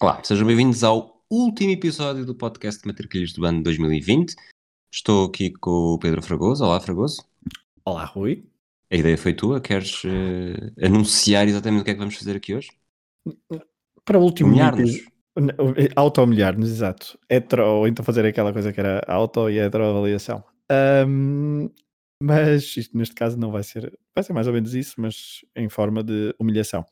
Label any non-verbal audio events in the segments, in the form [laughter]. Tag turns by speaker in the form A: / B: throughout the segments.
A: Olá, sejam bem-vindos ao último episódio do podcast Matriculhos do Ano 2020. Estou aqui com o Pedro Fragoso. Olá, Fragoso.
B: Olá, Rui.
A: A ideia foi tua. Queres eh, anunciar exatamente o que é que vamos fazer aqui hoje?
B: Para o último
A: Humilhar-nos.
B: epi- Auto-humilhar-nos, exato. Hetero, ou então fazer aquela coisa que era auto e é heteroavaliação. Ahm, mas isto neste caso não vai ser. Vai ser mais ou menos isso, mas em forma de humilhação.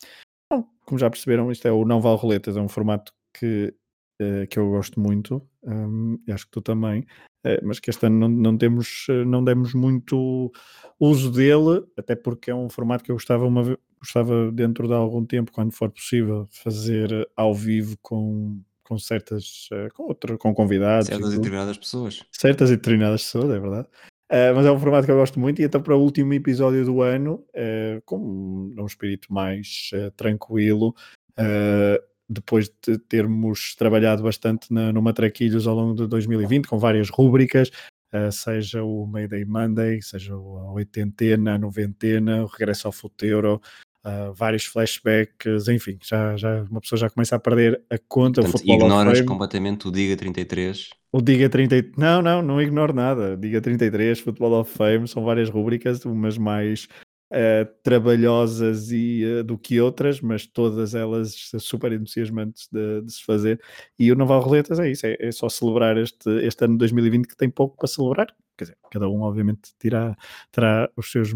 B: Bom, como já perceberam, isto é o Não Vale Roletas, é um formato que, eh, que eu gosto muito, ahm, e acho que tu também, eh, mas que este ano não, não temos, eh, não demos muito uso dele, até porque é um formato que eu gostava uma, ve- gostava dentro de algum tempo, quando for possível, fazer eh, ao vivo com, com certas, eh, com, outro, com convidados, e
A: Certas e
B: tudo.
A: determinadas pessoas.
B: certas e determinadas pessoas, é verdade. Eh, mas é um formato que eu gosto muito e então para o último episódio do ano, eh, com um, um espírito mais eh, tranquilo, eh, depois de termos trabalhado bastante na, no Matraquilhos ao longo de 2020, com várias rúbricas, eh, seja o Mayday Monday, seja o- a oitentena, a noventena, o regresso ao futuro, eh, vários flashbacks, enfim, já, já, uma pessoa já começa a perder a conta. o
A: Portanto,
B: Football Hall of
A: ignoras
B: Fame.
A: completamente o Diga 33.
B: O Diga 30. Não, não, não ignoro nada. Diga 33, Futebol of Fame, são várias rubricas, umas mais eh, trabalhosas e, eh, do que outras, mas todas elas super entusiasmantes de, de se fazer. E o Naval Roletas é isso, é, é só celebrar este, este ano de 2020 que tem pouco para celebrar. Quer dizer, cada um, obviamente, terá, terá os seus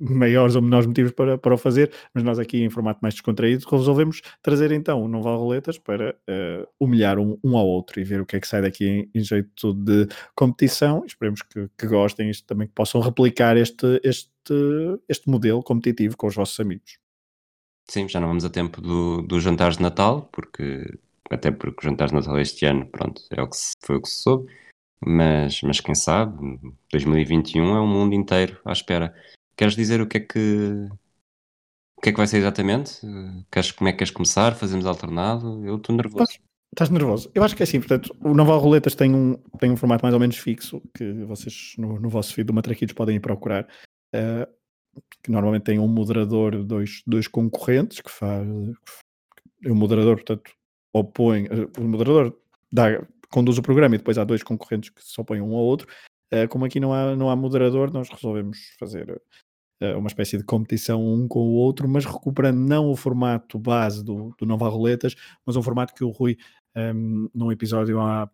B: maiores ou menores motivos para, para o fazer, mas nós aqui em formato mais descontraído resolvemos trazer então o Não Vale Roletas para eh, humilhar um, um ao outro e ver o que é que sai daqui em, em jeito de competição. Esperemos que, que gostem e também que possam replicar este, este, este modelo competitivo com os vossos amigos.
A: Sim, já não vamos a tempo do, dos jantares de Natal, porque até porque os jantares de Natal este ano, pronto, é o que se- foi o que se soube. Mas, mas quem sabe, 2021 é um mundo inteiro à espera. Queres dizer o que é que o que é que vai ser exatamente? Eh, Queres, como é que queres começar? Fazemos alternado? Eu estou nervoso.
B: Estás nervoso? Eu acho que é assim, portanto, o Não Vale Roletas tem um, tem um formato mais ou menos fixo que vocês no, no vosso feed do Matraquilhos podem ir procurar. eh, que normalmente tem um moderador, dois, dois concorrentes que faz. O moderador, portanto, opõe. eh, O moderador dá, conduz o programa e depois há dois concorrentes que se opõem um ao outro. Eh, como aqui não há, não há moderador, nós resolvemos fazer eh, uma espécie de competição um com o outro, mas recuperando não o formato base do, do Nova Roletas, mas um formato que o Rui, eh, num episódio há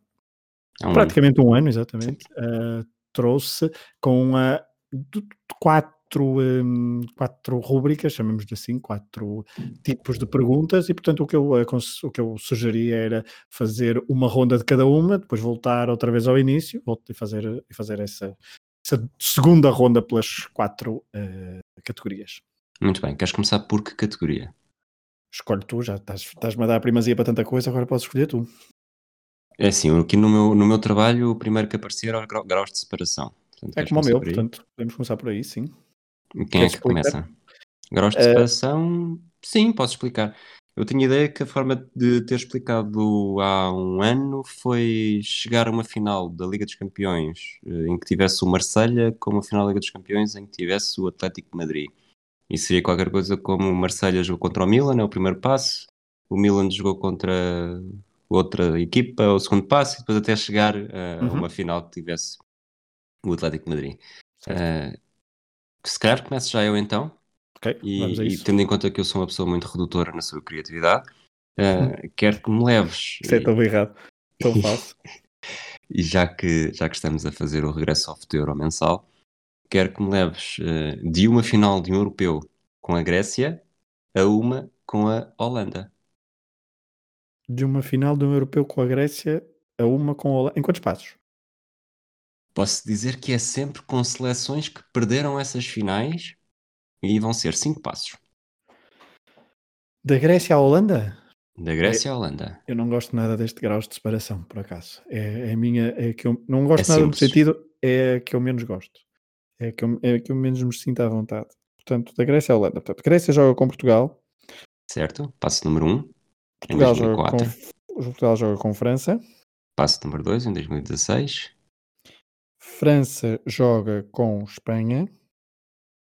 A: É um ano.
B: praticamente um ano, exatamente, eh, trouxe com a du- du- quatro, em, quatro rúbricas, chamemos-lhe assim, quatro tipos de perguntas, e portanto o que, eu, aconse- o que eu sugeria era fazer uma ronda de cada uma, depois voltar outra vez ao início voltar e fazer, e fazer essa, essa segunda ronda pelas quatro eh, categorias.
A: Muito bem, queres começar por que categoria?
B: Escolhe tu, já estás- estás-me a dar primazia para tanta coisa, agora posso escolher tu.
A: É assim, aqui no meu, no meu trabalho, o primeiro que aparecer era os grau- graus de separação. Portanto,
B: É
A: queres
B: como o
A: começar
B: meu,
A: por aí?
B: portanto, podemos começar por aí, sim.
A: Quem é
B: Queres
A: que
B: explicar?
A: começa? Graus de
B: Eh,
A: separação? Sim, posso explicar. Eu tinha ideia que a forma de ter explicado há um ano foi chegar a uma final da Liga dos Campeões eh, em que tivesse o Marselha com uma final da Liga dos Campeões em que tivesse o Atlético de Madrid. E seria qualquer coisa como o Marselha jogou contra o Milan, é o primeiro passo, o Milan jogou contra outra equipa, é o segundo passo, e depois até chegar eh, a
B: Uhum.
A: uma final que tivesse o Atlético de Madrid.
B: Certo.
A: Eh, se calhar começo já eu então.
B: Ok, vamos
A: E,
B: a
A: e
B: isso.
A: tendo em conta que eu sou uma pessoa muito redutora na sua criatividade, eh, quero que me leves.
B: Uhum. Isso é tão errado. [laughs] Tão falso.
A: E já que, já que estamos a fazer o regresso ao futuro mensal, quero que me leves eh, de uma final de um europeu com a Grécia a uma com a Holanda.
B: De uma final de um europeu com a Grécia a uma com a Holanda. Em quantos passos?
A: Posso dizer que é sempre com seleções que perderam essas finais e vão ser cinco passos.
B: Da Grécia à Holanda?
A: Da Grécia à Holanda.
B: Eu não gosto nada deste grau de separação, por acaso. É, é a minha. É que eu não gosto
A: É
B: nada no
A: simples.
B: sentido, é a que eu menos gosto. É a que eu, é a que eu menos me sinto à vontade. Portanto, da Grécia à Holanda. Portanto, Grécia joga com Portugal.
A: Certo? Passo número um, em
B: Portugal joga
A: 2004.
B: com, Portugal joga com França.
A: Passo número dois, em 2016.
B: França joga com Espanha.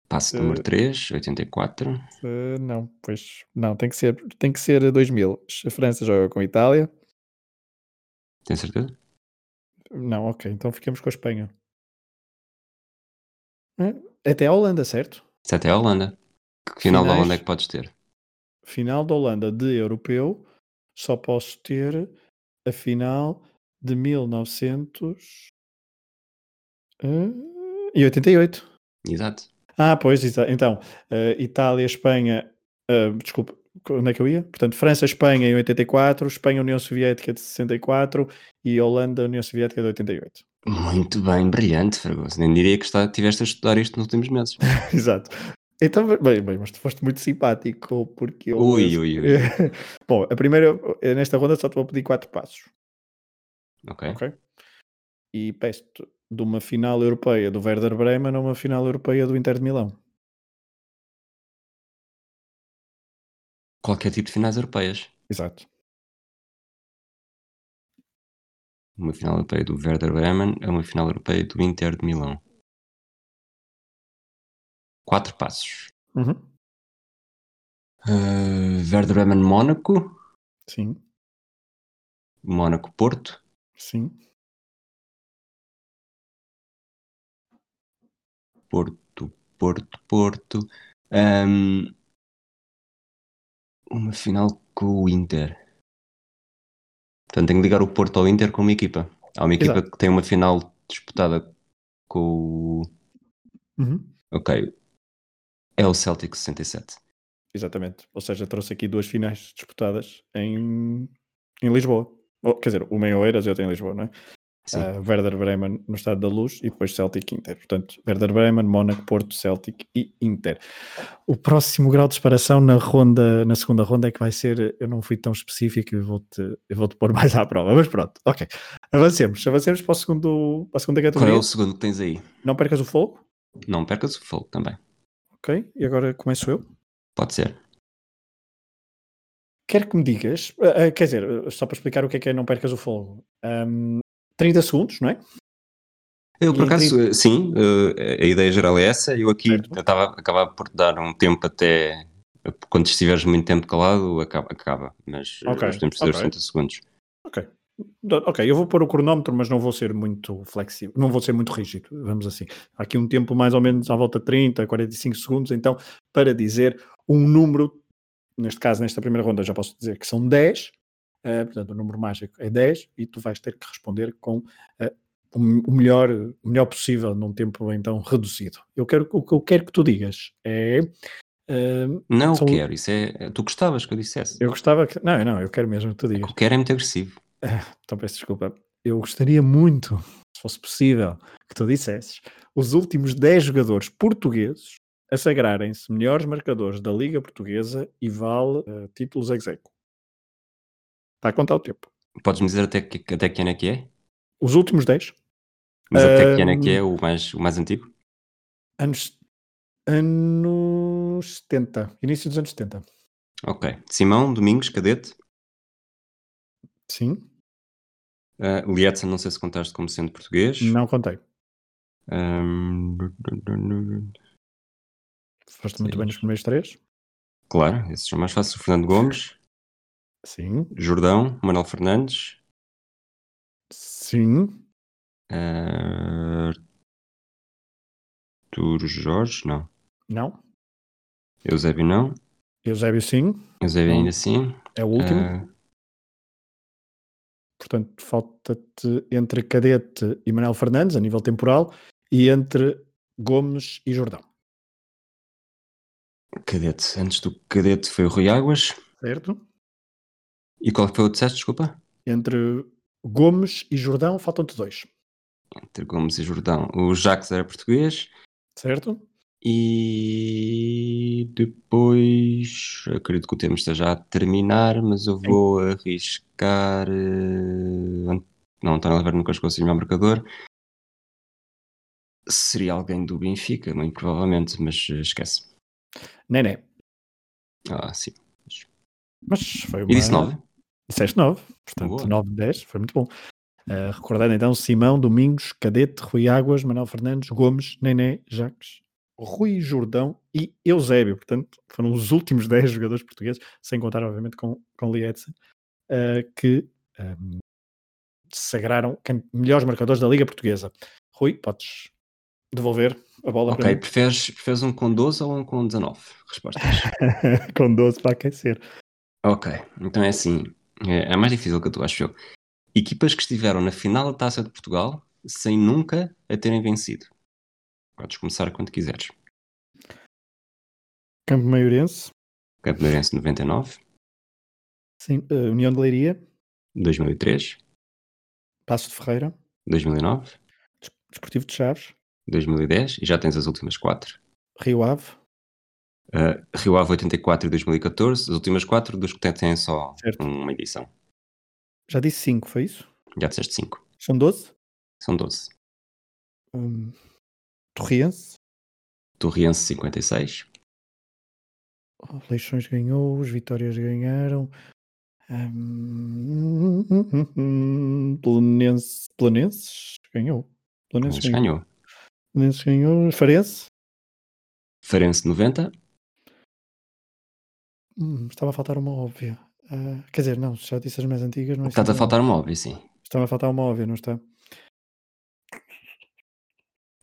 A: Passo número 3, 84.
B: Eh, não, pois não, tem que ser, tem que ser 2000. A França joga com a Itália.
A: Tem certeza?
B: Não, ok, então ficamos com a Espanha. Eh, Até a Holanda, certo?
A: 7 é a Holanda. Que final da
B: Finais.
A: Holanda é que podes ter?
B: Final da Holanda de europeu, só posso ter a final de 1988. eh,
A: Exato.
B: Ah, pois, exa- então, eh, Itália, Espanha, eh, desculpa, co- onde é que eu ia? Portanto, França, Espanha em 84, Espanha, União Soviética de 64 e Holanda, União Soviética de 88.
A: Muito bem, brilhante, Fragoso. Nem diria que está, tiveste a estudar isto nos últimos meses.
B: [laughs] Exato. Então, bem, bem, mas tu foste muito simpático, porque eu.
A: Ui, ui, ui.
B: É. [laughs] Bom, a primeira, eh, nesta ronda só te vou pedir quatro passos.
A: Ok.
B: Ok. E peço-te de uma final europeia do Werder Bremen a uma final europeia do Inter de Milão.
A: Qualquer tipo de finais europeias.
B: Exato.
A: Uma final europeia do Werder Bremen a uma final europeia do Inter de Milão. Quatro passos.
B: Uhum.
A: Ah, Werder Bremen Mónaco,
B: Sim,
A: Mónaco Porto,
B: sim.
A: Porto, Porto, Porto. Ahm, uma final com o Inter. Portanto, tenho que ligar o Porto ao Inter com uma equipa. Há uma equipa
B: Exato.
A: que tem uma final disputada com o.
B: Uhum.
A: Ok. É o Celtic 67.
B: Exatamente. Ou seja, trouxe aqui duas finais disputadas em, em Lisboa. Ou, quer dizer, uma em Oeiras e outra em Lisboa, não é?
A: Sim.
B: Ah, Werder Bremen no Estado da Luz e depois Celtic Inter. Portanto, Werder Bremen, Mónaco, Porto, Celtic e Inter. O próximo grau de separação na ronda, na segunda ronda é que vai ser, eu não fui tão específico e vou-te eu vou-te pôr mais à prova, mas pronto, ok. Avancemos, avancemos para, o segundo, para a segunda
A: Qual é
B: categoria.
A: o segundo que tens aí?
B: Não percas o fogo,
A: Não percas o fogo também.
B: ok? E agora começo eu.
A: Pode ser.
B: Quero que me digas, ah, ah, quer dizer, ah, só para explicar o que é que é não percas o fogo. Ahm, 30 segundos, não é?
A: Eu, por
B: E
A: acaso, eh, sim, eh, a ideia geral é essa. Eu aqui
B: Certo.
A: tentava, acabava por te dar um tempo até. Quando estiveres muito tempo calado, acaba. acaba. Mas eh,
B: Ok,
A: nós temos de fazer os
B: ok.
A: 30 segundos.
B: Do- Ok, eu vou pôr o cronómetro, mas não vou ser muito flexível, não vou ser muito rígido, vamos assim. Há aqui um tempo mais ou menos à volta de 30, 45 segundos, então, para dizer um número, neste caso, nesta primeira ronda, já posso dizer que são 10, eh, portanto, o número mágico é 10, e tu vais ter que responder com eh, o, m- o melhor, o melhor possível, num tempo então reduzido. Eu quero, o que eu quero que tu digas é. eh,
A: Não
B: São-
A: quero, isso é. Tu gostavas que eu dissesse.
B: eu gostava que. Não, não, eu quero mesmo que tu
A: É que
B: digas.
A: O quero é muito agressivo.
B: Então peço desculpa. Eu gostaria muito, se fosse possível, que tu dissesses os últimos 10 jogadores portugueses a sagrarem-se melhores marcadores da Liga Portuguesa e vale eh, títulos ex aequo. Está a contar o tempo.
A: Podes-me dizer até que, até que ano é que é?
B: Os últimos 10
A: Mas até que ano é que
B: Ahm.
A: é o mais, o mais antigo?
B: anos, anos 70, início dos anos 70.
A: Ok. Simão, Domingos, Cadete.
B: Sim,
A: eh, Lietzen, não sei se contaste como sendo português.
B: não contei.
A: Ahm,
B: Foste muito
A: Sim.
B: bem nos primeiros três.
A: Claro, esses são mais fáceis. Fernando Gomes,
B: Sim,
A: Jordão, Manuel Fernandes,
B: sim,
A: ah, Arturo Jorge, não.
B: não.
A: Eusébio não.
B: Eusébio, sim,
A: Eusébio
B: Não.
A: ainda sim.
B: é o último.
A: Ah,
B: Portanto, falta-te entre Cadete e Manuel Fernandes, a nível temporal, e entre Gomes e Jordão.
A: Ah, cadete. Antes do cadete foi o Rui Águas.
B: Certo?
A: E qual foi o que disseste, desculpa?
B: Entre Gomes e Jordão faltam-te dois.
A: Entre Gomes e Jordão. O Jacques era português.
B: Certo?
A: E depois, acredito que o tempo esteja a terminar, mas eu vou arriscar. eh, Ant- Não, António Oliveira nunca chegou a ser o meu marcador. Seria alguém do Benfica, muito provavelmente, mas eh, esquece.
B: Nené.
A: Ah, sim.
B: Mas foi uma...
A: E disse 9.
B: Disseste nove. Portanto,
A: Boa.
B: nove de dez. Foi muito bom. Ah, recordando então Simão, Domingos, Cadete, Rui Águas, Manuel Fernandes, Gomes, Nené, Jacques Rui Jordão e Eusébio. Portanto, foram os últimos [laughs] 10 jogadores portugueses, sem contar, obviamente, com, com Lietzen, uh, que um, sagraram melhores marcadores da Liga Portuguesa. Rui, podes devolver a bola
A: Ok,
B: para mim.
A: preferes, preferes um com 12 ou um com 19? Respostas.
B: [laughs] com 12 para aquecer.
A: ok, então é assim. É, é mais difícil que a tua, acho eu. Equipas que estiveram na final da Taça de Portugal sem nunca a terem vencido. Podes começar quando quiseres.
B: Campo Maiorense,
A: Campo Maiorense 99,
B: sim, eh, União de Leiria,
A: 2003,
B: Passo de Ferreira,
A: 2009,
B: Des- Desportivo de Chaves,
A: 2010 e já tens as últimas quatro.
B: Rio Ave,
A: Uh, Rio Ave 84 e 2014, as últimas quatro dos que têm só
B: Certo.
A: uma edição.
B: já disse 5, foi isso?
A: Já disseste 5.
B: São 12?
A: São 12.
B: Hum, Torriense,
A: Torriense 56,
B: Oh, Leixões ganhou, os Vitórias ganharam. Hum, hum, hum, hum, Belenense- Belenenses ganhou. Belenenses
A: mas
B: ganhou.
A: ganhou.
B: Belenenses ganhou. Farense.
A: Farense 90,
B: Hum, estava a faltar uma óbvia. Ah, quer dizer, não, já disse as mais antigas, não é
A: está a
B: assim,
A: faltar um óbvio, sim.
B: Estava a faltar uma óbvia, não está?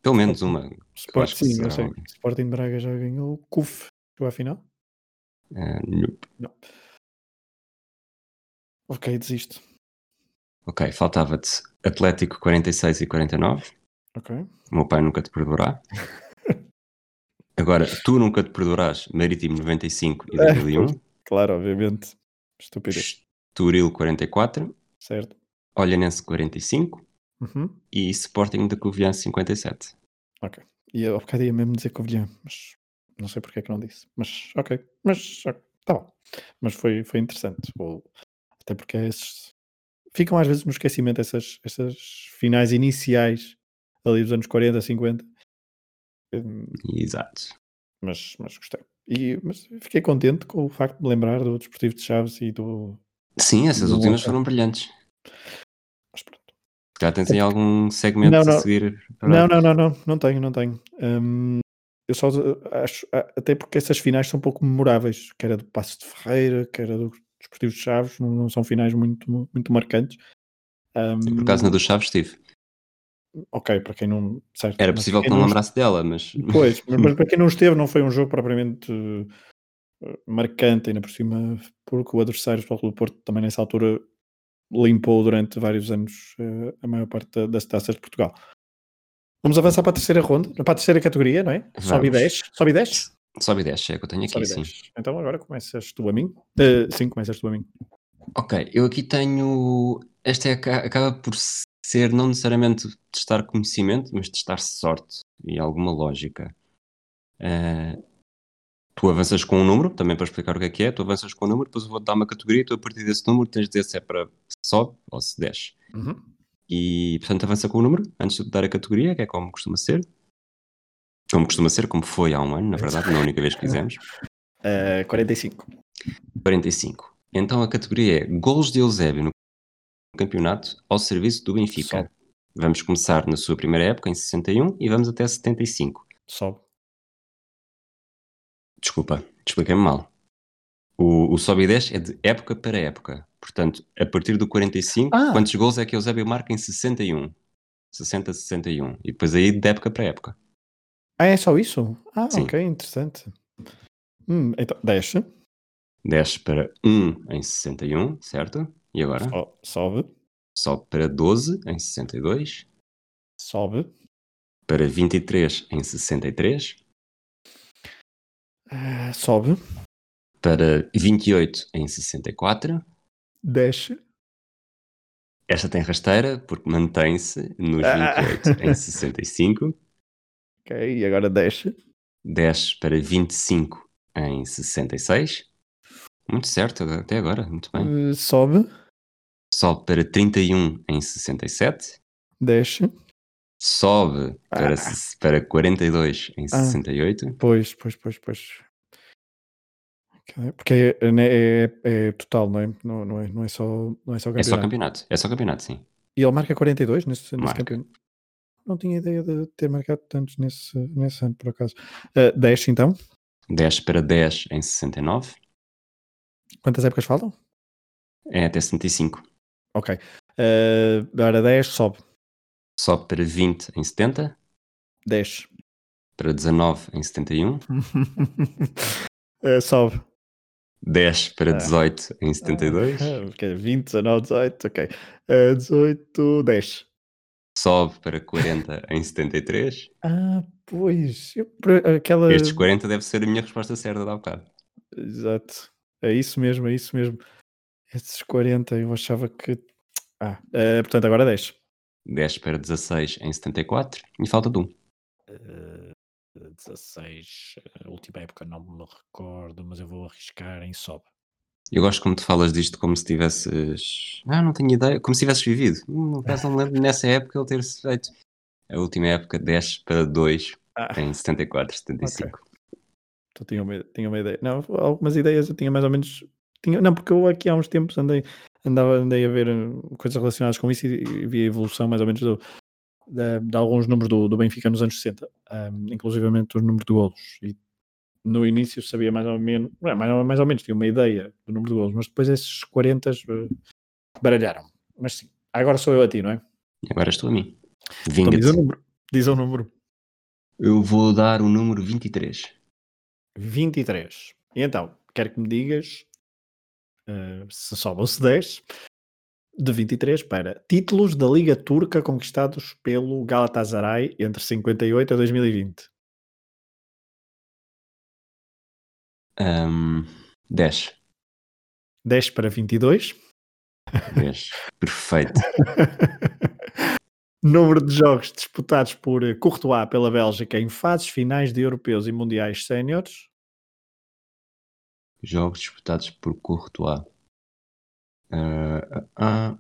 A: Pelo menos uma.
B: Sport,
A: acho que
B: sim, não
A: será
B: sei.
A: óbvio.
B: Sporting de Braga já ganhou. CUF chegou à final?
A: Ah, nope.
B: Não. Ok, desisto.
A: ok, faltava-te Atlético 46 e 49.
B: Ok.
A: O meu pai nunca te
B: [laughs]
A: perdoará. Agora, tu nunca te perdoarás Marítimo 95 e
B: [laughs]
A: 2001.
B: Claro, obviamente. Estúpido.
A: Estoril 44,
B: Certo.
A: Olhanense 45
B: Uhum.
A: e Sporting da Covilhã 57.
B: E eu, ao bocado ia mesmo dizer Covilhã, mas não sei porque é que não disse. Mas ok, mas ok, tá bom. Mas foi, foi interessante. Vou- Até porque é esses ficam às vezes no esquecimento essas, essas finais iniciais ali dos anos 40, 50. Hum,
A: Exato.
B: Mas, mas gostei. E, mas fiquei contente com o facto de me lembrar do Desportivo de Chaves e do.
A: Sim, essas
B: Boa,
A: últimas
B: cara.
A: foram brilhantes.
B: Mas pronto.
A: Já tens aí algum segmento
B: Não, não.
A: a seguir?
B: Não, não, não, não, não tenho, não tenho. Hum, eu só eh, acho, a- até porque essas finais são pouco memoráveis, que era do Passo de Ferreira, que era do Desportivo de Chaves, não, não são finais muito, muito marcantes.
A: Eu,
B: Hum,
A: Por causa dos Chaves tive.
B: Ok, para quem não. Certo,
A: Era
B: mas
A: possível
B: para
A: que
B: quem
A: não lembrasse dela, mas
B: Pois,
A: [laughs]
B: mas, mas para quem não esteve, não foi um jogo propriamente eh, marcante, ainda por cima, porque o adversário do Clube do Porto também nessa altura limpou durante vários anos eh, a maior parte da- das taças de Portugal. Vamos avançar para a terceira ronda, para a terceira categoria, não é? Sobe
A: Vamos.
B: 10. Sobe 10?
A: sobe e desce, é o que eu tenho aqui,
B: Sobe
A: sim.
B: 10. Então agora começas tu a mim. Eh, sim, começas tu a mim.
A: Ok, eu aqui tenho. Esta é, a ca- acaba por ser não necessariamente testar conhecimento, mas testar sorte e alguma lógica. Eh, tu avanças com um número, também para explicar o que é que é, tu avanças com um número, depois eu vou-te dar uma categoria, tu a partir desse número tens de dizer se é para sobe ou se desce. Uhum. E portanto avança com o número, antes de eu te dar a categoria, que é como costuma ser. Como costuma ser, como foi há um ano, na verdade, na única vez que fizemos.
B: Eh, 45.
A: 45. Então a categoria é Golos de Eusébio no campeonato ao serviço do Benfica.
B: Sobe.
A: Vamos começar na sua primeira época, em 61, e vamos até 75.
B: Sobe.
A: Desculpa, expliquei-me mal. O, o sobe e desce é de época para época. Portanto, a partir do 45,
B: Ah.
A: quantos gols é que Eusébio marca em 61? 60, 61. E depois aí de época para época.
B: Ah, é só isso? Ah,
A: Sim.
B: ok, interessante. Hum, então, desce.
A: Desce para 1 em 61, certo? E agora?
B: So- Sobe.
A: Sobe para 12 em 62,
B: Sobe.
A: para 23 em 63,
B: Ah, sobe,
A: para 28 em 64.
B: desce.
A: Esta tem rasteira porque mantém-se nos
B: Ah.
A: 28 em
B: [laughs]
A: 65,
B: Ok, e agora desce.
A: desce para 25 em 66. Muito certo até agora, muito bem.
B: Ah, sobe,
A: Sobe para 31 em 67,
B: desce.
A: sobe para,
B: Ah.
A: se- para 42 em 68,
B: Pois, pois, pois, pois. Ok, Porque é, né, é- é total, não é? Não, não é, não é só, não é só
A: é
B: campeonato.
A: só campeonato, é só campeonato, sim.
B: E ele marca 42 nesse, nesse
A: Marca.
B: campeonato. não tinha ideia de ter marcado tantos nesse, nesse ano, por acaso. Uh, 10 então?
A: 10 para 10 em 69.
B: Quantas épocas faltam?
A: É até 75.
B: Ok. Uh, agora 10 sobe.
A: Sobe para 20 em 70.
B: [laughs] 10.
A: Para 19 em 71.
B: uh, sobe.
A: 10 para 18 ah. em 72.
B: Ah, okay. 20, 19, 18, ok. Uh, 18, 10.
A: Sobe para
B: [laughs]
A: 40 em 73.
B: Ah, pois. Eu, aquela...
A: Estes 40 deve ser a minha resposta certa de há bocado.
B: Exato. É isso mesmo, é isso mesmo. Esses 40 eu achava que. Ah, uh, portanto, agora 10.
A: 10 para 16 em 74. E falta de um.
C: Uh... 16, eh, a última época não me recordo, mas eu vou arriscar em sobe.
A: Eu gosto como tu falas disto como se tivesses. Ah, não tenho ideia. Como se tivesses vivido. Não, não me lembro nessa época ele ter feito. A última época, 10 para 2, ah. em 74, 75. Okay.
B: Então tinha uma, tinha uma ideia. Não, algumas ideias eu tinha mais ou menos. Tinha, não, porque eu aqui há uns tempos andei, andava, andei a ver eh, coisas relacionadas com isso e, e vi a evolução mais ou menos do, de, de, alguns números do, do, Benfica nos anos 60, um, inclusivamente os números de golos. E no início sabia mais ou menos, é, mais, mais, ou menos, tinha uma ideia do número de golos, mas depois esses 40 baralharam. Mas sim, agora sou eu a ti, não é?
A: Agora estou a mim.
B: Vinga. Então, diz o número. Diz o número.
A: Eu vou dar o número 23.
B: 23. E então, quero que me digas uh, se sobe ou se desce de 23 para títulos da Liga Turca conquistados pelo Galatasaray entre 58 a 2020.
A: Um, 10.
B: 10 para 22. [laughs]
A: 10. Perfeito.
B: Número de jogos disputados por Courtois pela Bélgica em fases finais de europeus e mundiais séniores.
A: Jogos disputados por Courtois. Uh, uh,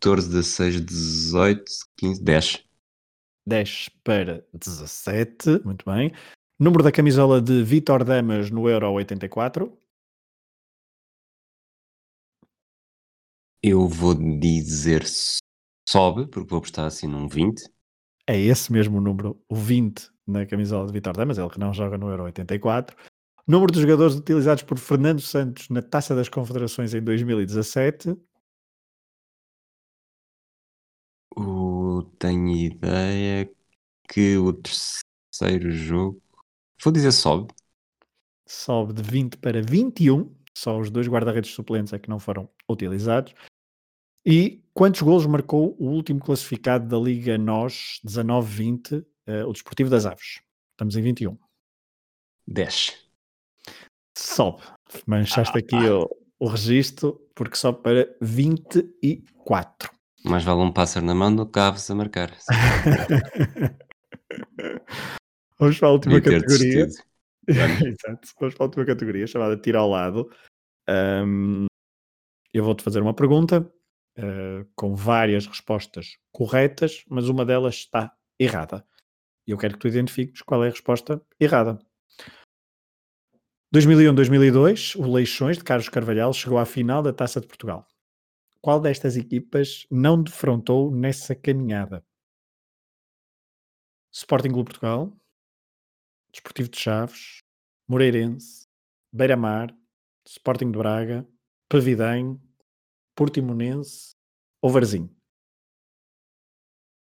A: 14, 16, 18, 15, 10.
B: 10 para 17, muito bem. Número da camisola de Vitor Damas no Euro 84.
A: Eu vou dizer sobe, porque vou apostar assim num 20.
B: É esse mesmo número, o 20 na camisola de Vitor Damas, ele que não joga no Euro 84. Número de jogadores utilizados por Fernando Santos na Taça das Confederações em 2017.
A: Oh, tenho ideia que o terceiro jogo. Vou dizer sobe.
B: Sobe de 20 para 21. Só os dois guarda-redes suplentes é que não foram utilizados. E quantos golos marcou o último classificado da Liga Nós 19-20, uh, o Desportivo das Aves? Estamos em 21.
A: 10
B: sobe. Manchaste ah, aqui ah. O, o registro, porque sobe para 24.
A: Mais vale um pássaro na mão do que aves a marcar.
B: Vamos para a última categoria. [laughs] Exato. Vamos para a última categoria, chamada Tira ao Lado. Um, eu vou-te fazer uma pergunta uh, com várias respostas corretas, mas uma delas está errada. E eu quero que tu identifiques qual é a resposta errada. 2001, 2002, o Leixões de Carlos Carvalhal chegou à final da Taça de Portugal. Qual destas equipas não defrontou nessa caminhada? Sporting Clube Portugal, Desportivo de Chaves, Moreirense, Beira-Mar, Sporting de Braga, Pavidem, Portimonense ou Varzim?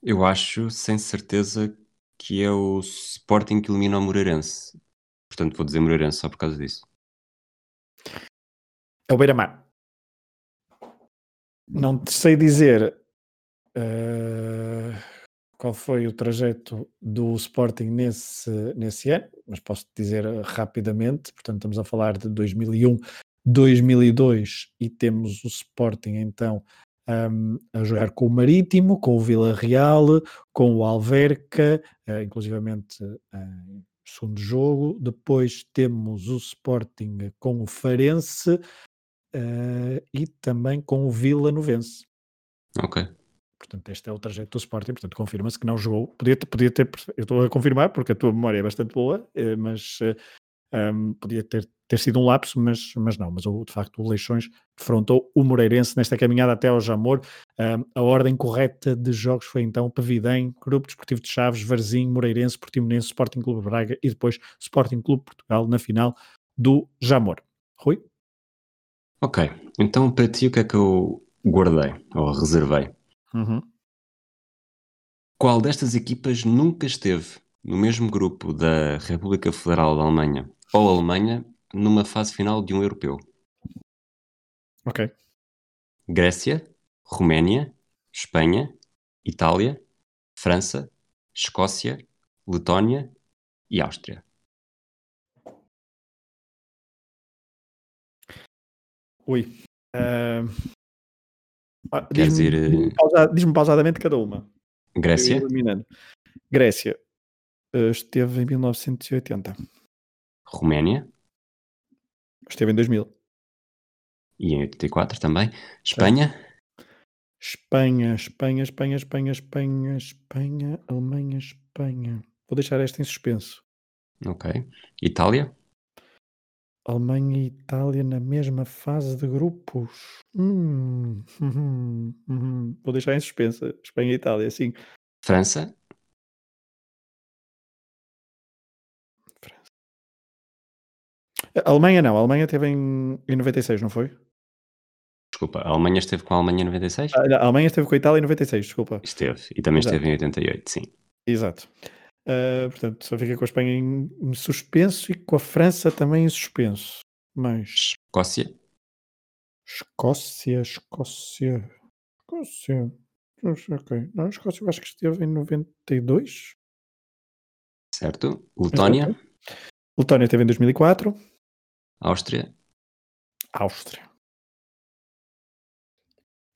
A: Eu acho, sem certeza, que é o Sporting que elimina o Moreirense. Portanto, vou dizer Moreirense só por causa disso.
B: É o Beira-Mar. Não te sei dizer uh, qual foi o trajeto do Sporting nesse, nesse ano, mas posso te dizer rapidamente. Portanto, estamos a falar de 2001, 2002 um, e temos o Sporting então um, a jogar com o Marítimo, com o Vila Real, com o Alverca, uh, inclusivamente. Uh, segundo jogo. Depois temos o Sporting com o Farense uh, e também com o Vila Novense.
A: Ok.
B: Portanto, este é o trajeto do Sporting, portanto, confirma-se que não jogou. Podia ter, eh, podia ter, eu estou a confirmar porque a tua memória é bastante boa, mas uh, um, podia ter ter sido um lapso, mas, mas não. Mas o, de facto o Leixões defrontou o Moreirense nesta caminhada até ao Jamor. Um, a ordem correta de jogos foi então Pavidem, Grupo Desportivo de Chaves, Varzim, Moreirense, Portimonense, Sporting Clube Braga e depois Sporting Clube Portugal na final do Jamor. Rui?
A: Ok, então para ti o que é que eu guardei ou reservei?
B: Uhum.
A: Qual destas equipas nunca esteve no mesmo grupo da República Federal da Alemanha ou Alemanha numa fase final de um europeu?
B: Ok.
A: Grécia, Roménia, Espanha, Itália, França, Escócia, Letónia e Áustria.
B: Ui. Ahm, ah,
A: Quer
B: diz-me-
A: dizer, eh,
B: diz-me pausa- Diz-me pausadamente cada uma. Eu ia
A: Grécia,
B: eliminando. Grécia. eh, Esteve em 1980.
A: Roménia
B: Esteve em 2000.
A: e em 84 também, Espanha,
B: Espanha, Espanha, Espanha, Espanha, Espanha, Espanha, Alemanha, Espanha. Vou deixar esta em suspenso.
A: ok, Itália,
B: Alemanha e Itália na mesma fase de grupos. Hum, uhum, uhum. Vou deixar em suspensa. Espanha e Itália, sim.
A: França,
B: A Alemanha não. A Alemanha teve em, em 96, não foi?
A: desculpa, a Alemanha esteve com a Alemanha em 96?
B: Ah, não, A Alemanha esteve com a Itália em 96, desculpa.
A: Esteve, e também
B: Exato.
A: esteve em 88, sim.
B: Exato. Ah, portanto, só fica com a Espanha em, em suspenso e com a França também em suspenso. Mas
A: Escócia,
B: Escócia, Escócia, Escócia. Pois, Ok. Não, a Escócia eu acho que esteve em 92.
A: certo, Letónia,
B: Letónia esteve em 2004.
A: Áustria,
B: Áustria.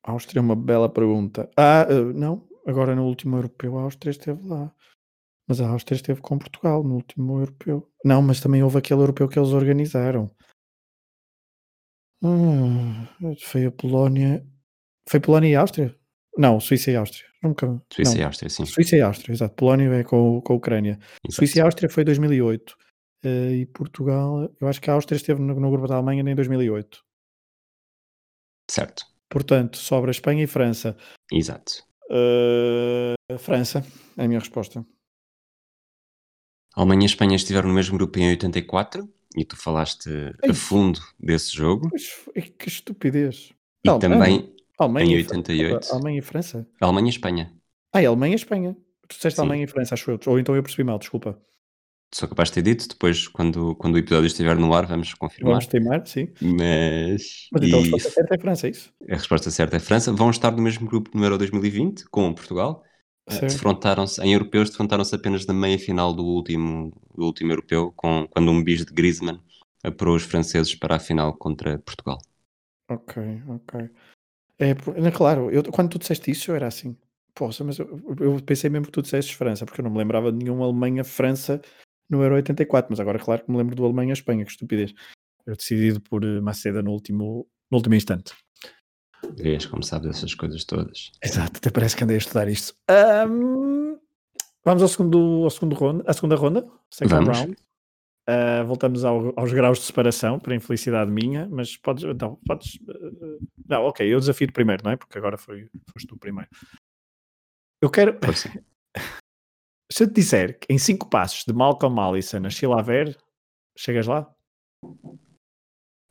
B: Áustria é uma bela pergunta. Ah, eh, não. Agora no último europeu a Áustria esteve lá. Mas a Áustria esteve com Portugal no último europeu. Não, mas também houve aquele europeu que eles organizaram. Ah, foi a Polónia. Foi Polónia e Áustria? Não, Suíça e Áustria. Nunca.
A: Suíça
B: não.
A: e Áustria, sim.
B: Suíça e Áustria, exato. Polónia é com, com a Ucrânia.
A: Exato.
B: Suíça e Áustria foi 2008. eh, e Portugal, eu acho que a Áustria esteve no, no grupo da Alemanha em 2008.
A: Certo,
B: Portanto, sobra Espanha e França.
A: exato.
B: Eh, França, é a minha resposta.
A: A Alemanha e a Espanha estiveram no mesmo grupo em 84 e tu falaste
B: Ei.
A: a fundo desse jogo.
B: Pois, f- e que estupidez.
A: E
B: Não,
A: também
B: Alemanha
A: em
B: e Fran-
A: 88.
B: Alemanha e França?
A: Alemanha e Espanha.
B: Ah, é Alemanha e Espanha. Tu disseste
A: Sim.
B: Alemanha e França, acho eu. Ou então eu percebi mal, desculpa.
A: Sou capaz de ter dito, depois, quando, quando o episódio estiver no ar, vamos confirmar.
B: Vamos teimar, sim.
A: Mas.
B: Mas então a
A: e
B: resposta certa é França, é isso?
A: a resposta certa é França. Vão estar no mesmo grupo no Euro 2020 com Portugal. Eh,
B: Certo.
A: Defrontaram-se, em europeus, defrontaram-se apenas na meia final do último, do último europeu, com, quando um bis de Griezmann apurou os franceses para a final contra Portugal.
B: Ok, ok. É, por- não, claro, eu, quando tu disseste isso, eu era assim. Poxa, mas eu, eu pensei mesmo que tu disseste França, porque eu não me lembrava de nenhum Alemanha-França no Euro 84, mas agora, claro, que me lembro do Alemanha-Espanha, que estupidez. Eu decidido por eh, Maceda no último, no último instante.
A: Vês como sabes essas coisas todas.
B: Exato, até parece que andei a estudar isto. Ahm, vamos ao segundo, ao segundo ronda, à segunda ronda, second
A: Vamos.
B: round. Ah, voltamos ao- aos graus de separação, para infelicidade minha, mas podes, então, podes, eh, não, ok, eu desafio primeiro, não é? Porque agora foi, foste tu primeiro. Eu quero,
A: Força.
B: [laughs] se eu te disser que em cinco passos de Malcolm Allison a Sheila Ver, chegas lá? [laughs]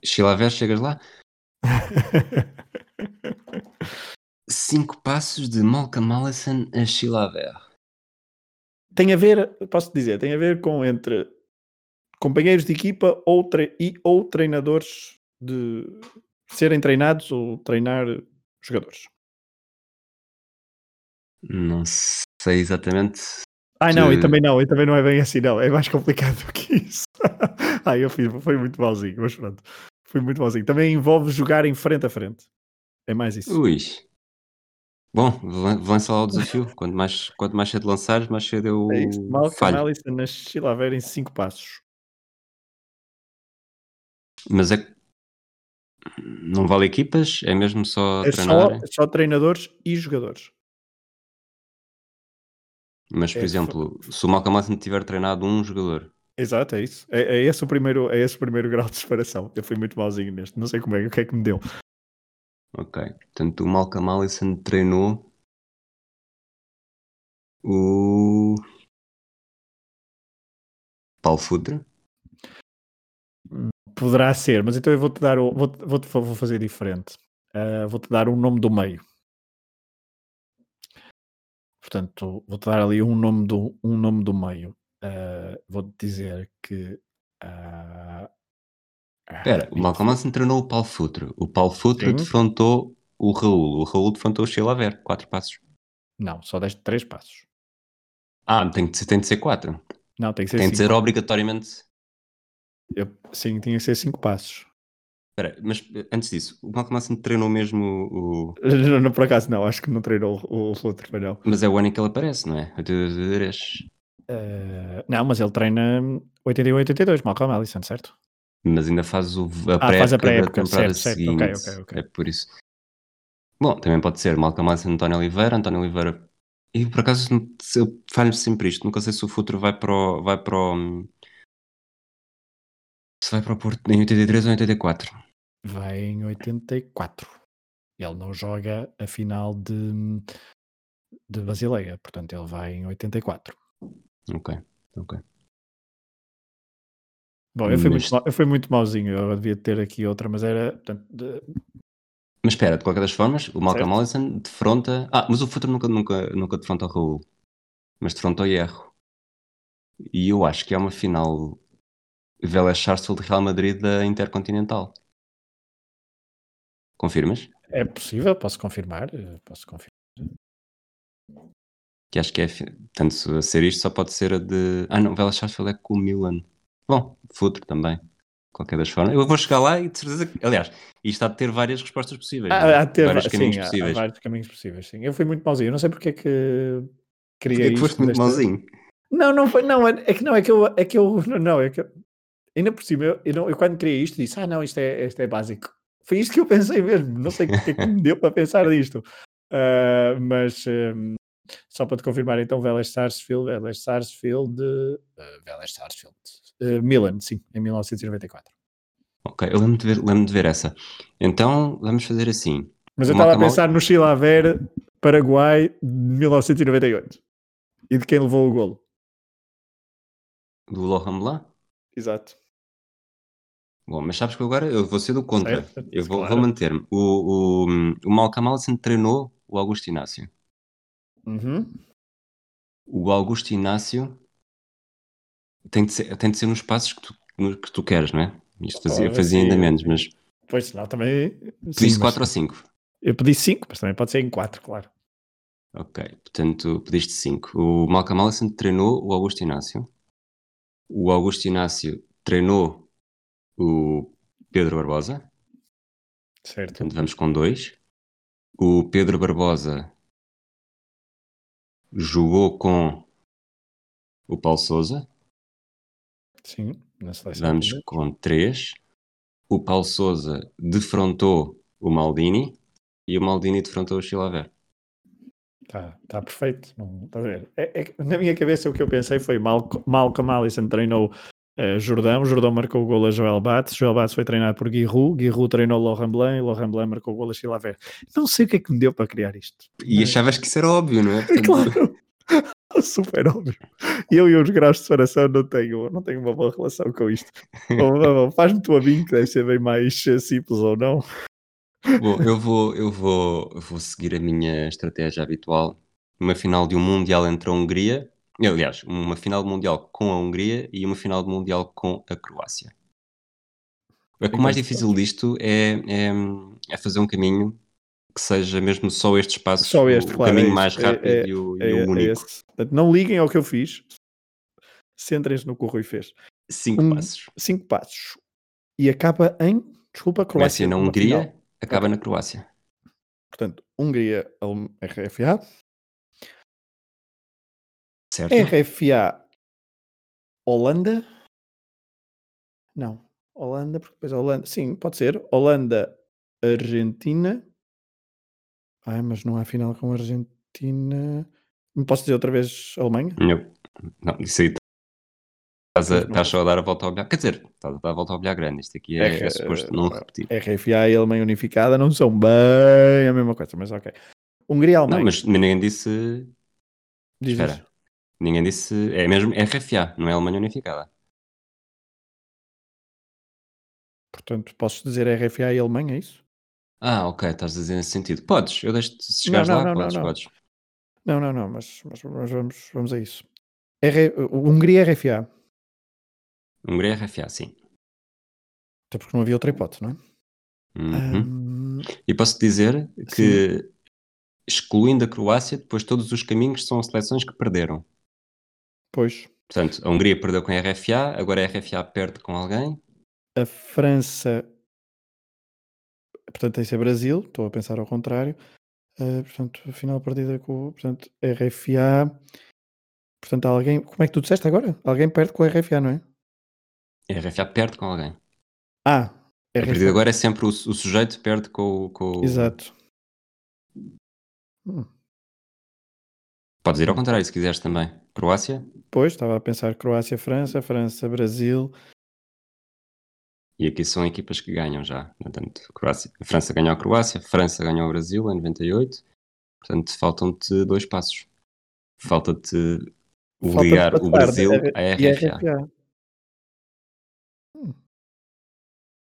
A: Chilaver, chegas lá? Cinco passos de Malcolm Allison a Chilaver.
B: tem a ver, posso dizer, tem a ver com entre companheiros de equipa ou tre- e ou treinadores de serem treinados ou treinar jogadores.
A: Não sei exatamente.
B: Ai Ah, não, e
A: De-
B: também não, e também não é bem assim, não, é mais complicado do que isso. [laughs] Ai, eu fiz, foi muito malzinho, mas pronto, foi muito malzinho. Também envolve jogar em frente a frente. É mais isso.
A: Ui. Bom, vou vou lançar lá o desafio. Quanto mais, quanto mais cedo lançares, mais cedo eu
B: É isso. Malcolm
A: falho.
B: Allison na Chilaver em cinco passos.
A: Mas é que não vale equipas, é mesmo só
B: É só,
A: treinar.
B: só treinadores e jogadores.
A: Mas, por
B: é-
A: exemplo, se o Malcolm Allison tiver treinado um jogador
B: Exato, é isso. É, é esse o primeiro, é esse o primeiro grau de separação. Eu fui muito mauzinho neste. Não sei como é, o que é que me deu.
A: Ok. Portanto, o Malcolm Allison treinou o Paulo Futre.
B: Poderá ser, mas então eu vou-te dar o. Vou, vou, vou fazer diferente. Ah, vou-te dar o nome do meio. Portanto, vou-te dar ali um nome do, um nome do meio. Ah, vou-te dizer que. ah, ah,
A: Espera, o Malcolm Allison treinou o Paulo Futre. O Paulo Futre
B: Sim.
A: defrontou o Raul. O Raul defrontou o Sheila Ver. Quatro passos.
B: Não, só deste três passos.
A: Ah, tem de ser, tem de ser quatro.
B: Não, tem que ser
A: Tem de
B: cinco.
A: ser um. obrigatoriamente.
B: Eu- sim, tinha que ser cinco passos. [laughs]
A: Espera, mas eh, antes disso, o Malcolm Allison treinou mesmo o.
B: Não, não, por acaso não, acho que não treinou o, o outro foi não.
A: Mas é o ano em que ele aparece, não é? 83.
B: Eh, não, mas ele treina 81 82, Malcolm Allison, é certo?
A: Mas ainda faz o, a
B: Ah,
A: pré-época
B: faz a
A: da
B: pré-época,
A: temporada
B: certo, certo.
A: seguinte.
B: Ok, ok, ok.
A: É por isso. Bom, também pode ser Malcolm Allison, António Oliveira, António Oliveira. E por acaso não- se eu falho sempre isto, nunca sei se o futuro vai para o. Vai para o se vai para o Porto em 83 ou em 84.
C: Vai.
B: Vai em 84. Ele não joga a final de, de Basileia, portanto ele vai em 84.
A: Ok, ok.
B: Bom, eu fui,
A: Mas-
B: muito, mau- eu fui muito mauzinho, eu devia ter aqui outra, mas era. Portanto, de-
A: Mas espera, de qualquer das formas, o Malcolm Allison defronta. Ah, mas o Futre nunca, nunca, nunca defronta o Raul. Mas defronta o Hierro. E eu acho que é uma final Vélez Sarsfield de Real Madrid da Intercontinental. Confirmas?
B: é possível, posso confirmar? eh, Posso confirmar.
A: Que acho que é. fi- Portanto, se a ser isto só pode ser a de. Ah, não, Vélez Sarsfield é com o Milan. Bom, Futre também. De qualquer das formas. Eu vou chegar lá e de certeza. que- Aliás, isto há de ter várias respostas possíveis. não é?
B: Há, há de ter
A: vários
B: va- sim,
A: caminhos
B: há- há
A: possíveis.
B: vários caminhos possíveis, sim. Eu fui muito mauzinho, eu não sei porque é que queria
A: Porque é que
B: isto
A: foste muito
B: desta-
A: mauzinho.
B: Não, não foi, não, é é que não, é que eu, é que eu, [laughs] não, não, é que eu- ainda por cima, eu, eu não- eu quando criei isto disse, ah não, isto é, isto é básico. Foi isto que eu pensei mesmo, não sei o que é que me deu para pensar disto. Ah, mas hum, só para te confirmar, então, Vélez Sarsfield, Vélez Sarsfield, eh, Vélez Sarsfield, eh, Milan, sim, em 1994.
A: Ok, eu lembro de, ver, lembro de ver essa. Então, vamos fazer assim.
B: Mas eu
A: O
B: estava a
A: Malcolm
B: pensar no Chilaver, Paraguai, de 1998. E de quem levou o golo.
A: Do Lohan lá.
B: Exato.
A: Bom, mas sabes que agora eu vou ser do contra.
B: Certo,
A: eu vou,
B: claro.
A: vou manter-me. O, o, o Malcolm Allison treinou o Augusto Inácio.
B: Uhum.
A: O Augusto Inácio tem de ser, tem de ser nos passos que tu, no- que tu queres, não é? Isto fazia,
B: Ora,
A: fazia
B: Ah, sim,
A: ainda
B: eu-
A: menos, mas tu
B: Pois, senão também...
A: disse
B: mas-
A: 4 ou 5.
B: Eu pedi 5, mas também pode ser em 4, claro.
A: Ok, portanto, pediste 5. O Malcolm Allison treinou o Augusto Inácio. O Augusto Inácio treinou o Pedro Barbosa.
B: Certo.
A: Portanto, vamos com dois. O Pedro Barbosa jogou com o Paulo Souza.
B: Sim, na seleção.
A: Vamos
B: também.
A: com três. O Paulo Souza defrontou o Maldini e o Maldini defrontou o Chilaver.
B: Tá, tá perfeito. Não, tá a ver. É- é que na minha cabeça o que eu pensei foi Mal, Malcolm Allison treinou eh, Jordão, Jordão marcou o gol a Joel Bates, Joel Bates foi treinado por Giroud, Giroud treinou Laurent Blanc e Laurent Blanc marcou o gol a Chilaver. Não sei o que é que me deu para criar isto. [laughs]
A: E achavas que isso era óbvio, não é?
B: É [laughs] claro. [laughs] Super óbvio. Eu e os graus de separação não tenho, não tenho uma boa relação com isto. Bom, bom, bom, Faz-me tu a mim, que deve ser bem mais eh, simples ou não.
A: Bom, eu vou, eu vou, eu vou seguir a minha estratégia habitual. Uma final de um Mundial entre a Hungria, aliás, uma final de Mundial com a Hungria e uma final de Mundial com a Croácia. O que
B: Então,
A: mais difícil disto é, é, é fazer um caminho que seja mesmo só estes passos,
B: Só este,
A: o
B: claro, é
A: caminho
B: isto.
A: mais
B: É-
A: rápido
B: é-
A: e o, e
B: É-
A: o
B: é
A: único.
B: esse. Portanto, não liguem ao que eu fiz. Centrem-se no que o Rui fez.
A: Cinco
B: um-
A: passos.
B: Cinco passos. E acaba em. Desculpa,
A: Começa
B: Croácia.
A: na
B: numa
A: Hungria,
B: final.
A: acaba na Croácia.
B: Portanto, Hungria, Alem- RFA.
A: Certo?
B: É, RFA, Holanda. Não. Holanda, porque depois a Holanda. Sim, pode ser. Holanda, Argentina. Ai, mas não há final com a Argentina. Posso dizer outra vez Alemanha?
A: Não, não, isso aí Estás, a, estás só a dar a volta ao bilhar. Quer dizer, estás a dar a volta ao bilhar grande. Isto aqui é,
B: É que,
A: é suposto não repetir.
B: RFA e Alemanha Unificada não são bem a mesma coisa, mas ok. Hungria e Alemanha.
A: Não, é. mas ninguém disse.
B: diz
A: espera.
B: isso.
A: Ninguém disse. É mesmo RFA, não é Alemanha Unificada.
B: Portanto, posso dizer RFA e Alemanha, é isso?
A: Ah, ok, estás a dizer nesse sentido. Podes, eu deixo-te. Se chegares
B: Não,
A: lá,
B: não, não, não,
A: podes,
B: não.
A: podes.
B: Não, não, não, mas, mas- mas vamos, vamos a isso. R- Hungria e RFA.
A: Hungria é RFA, sim.
B: Até porque não havia outra hipótese, não é?
A: Uhum.
B: Ahm,
A: E posso dizer que, excluindo a Croácia, depois todos os caminhos são seleções que perderam.
B: pois.
A: Portanto, a Hungria perdeu com a RFA, agora a RFA perde com alguém.
B: A França. Portanto, tem ser Brasil, estou a pensar ao contrário. Ah, portanto, a final perdida com o- portanto, RFA. Portanto, alguém. Como é que tu disseste agora? Alguém perde com o RFA, não é?
A: A RFA perde com alguém.
B: Ah,
A: A partir de
B: RFA.
A: agora é sempre o, su- o sujeito perde com, o- com o.
B: Exato.
A: Podes ir ao contrário se quiseres também. Croácia
B: Pois, estava a pensar Croácia, França, França, Brasil.
A: E aqui são equipas que ganham já. Portanto, Croácia, a França ganhou a Croácia, a França ganhou o Brasil em 98. Portanto, faltam-te dois passos. Falta-te
B: Falta de
A: ligar o
B: passar
A: Brasil
B: da
A: à
B: E
A: RFA.
B: RFA.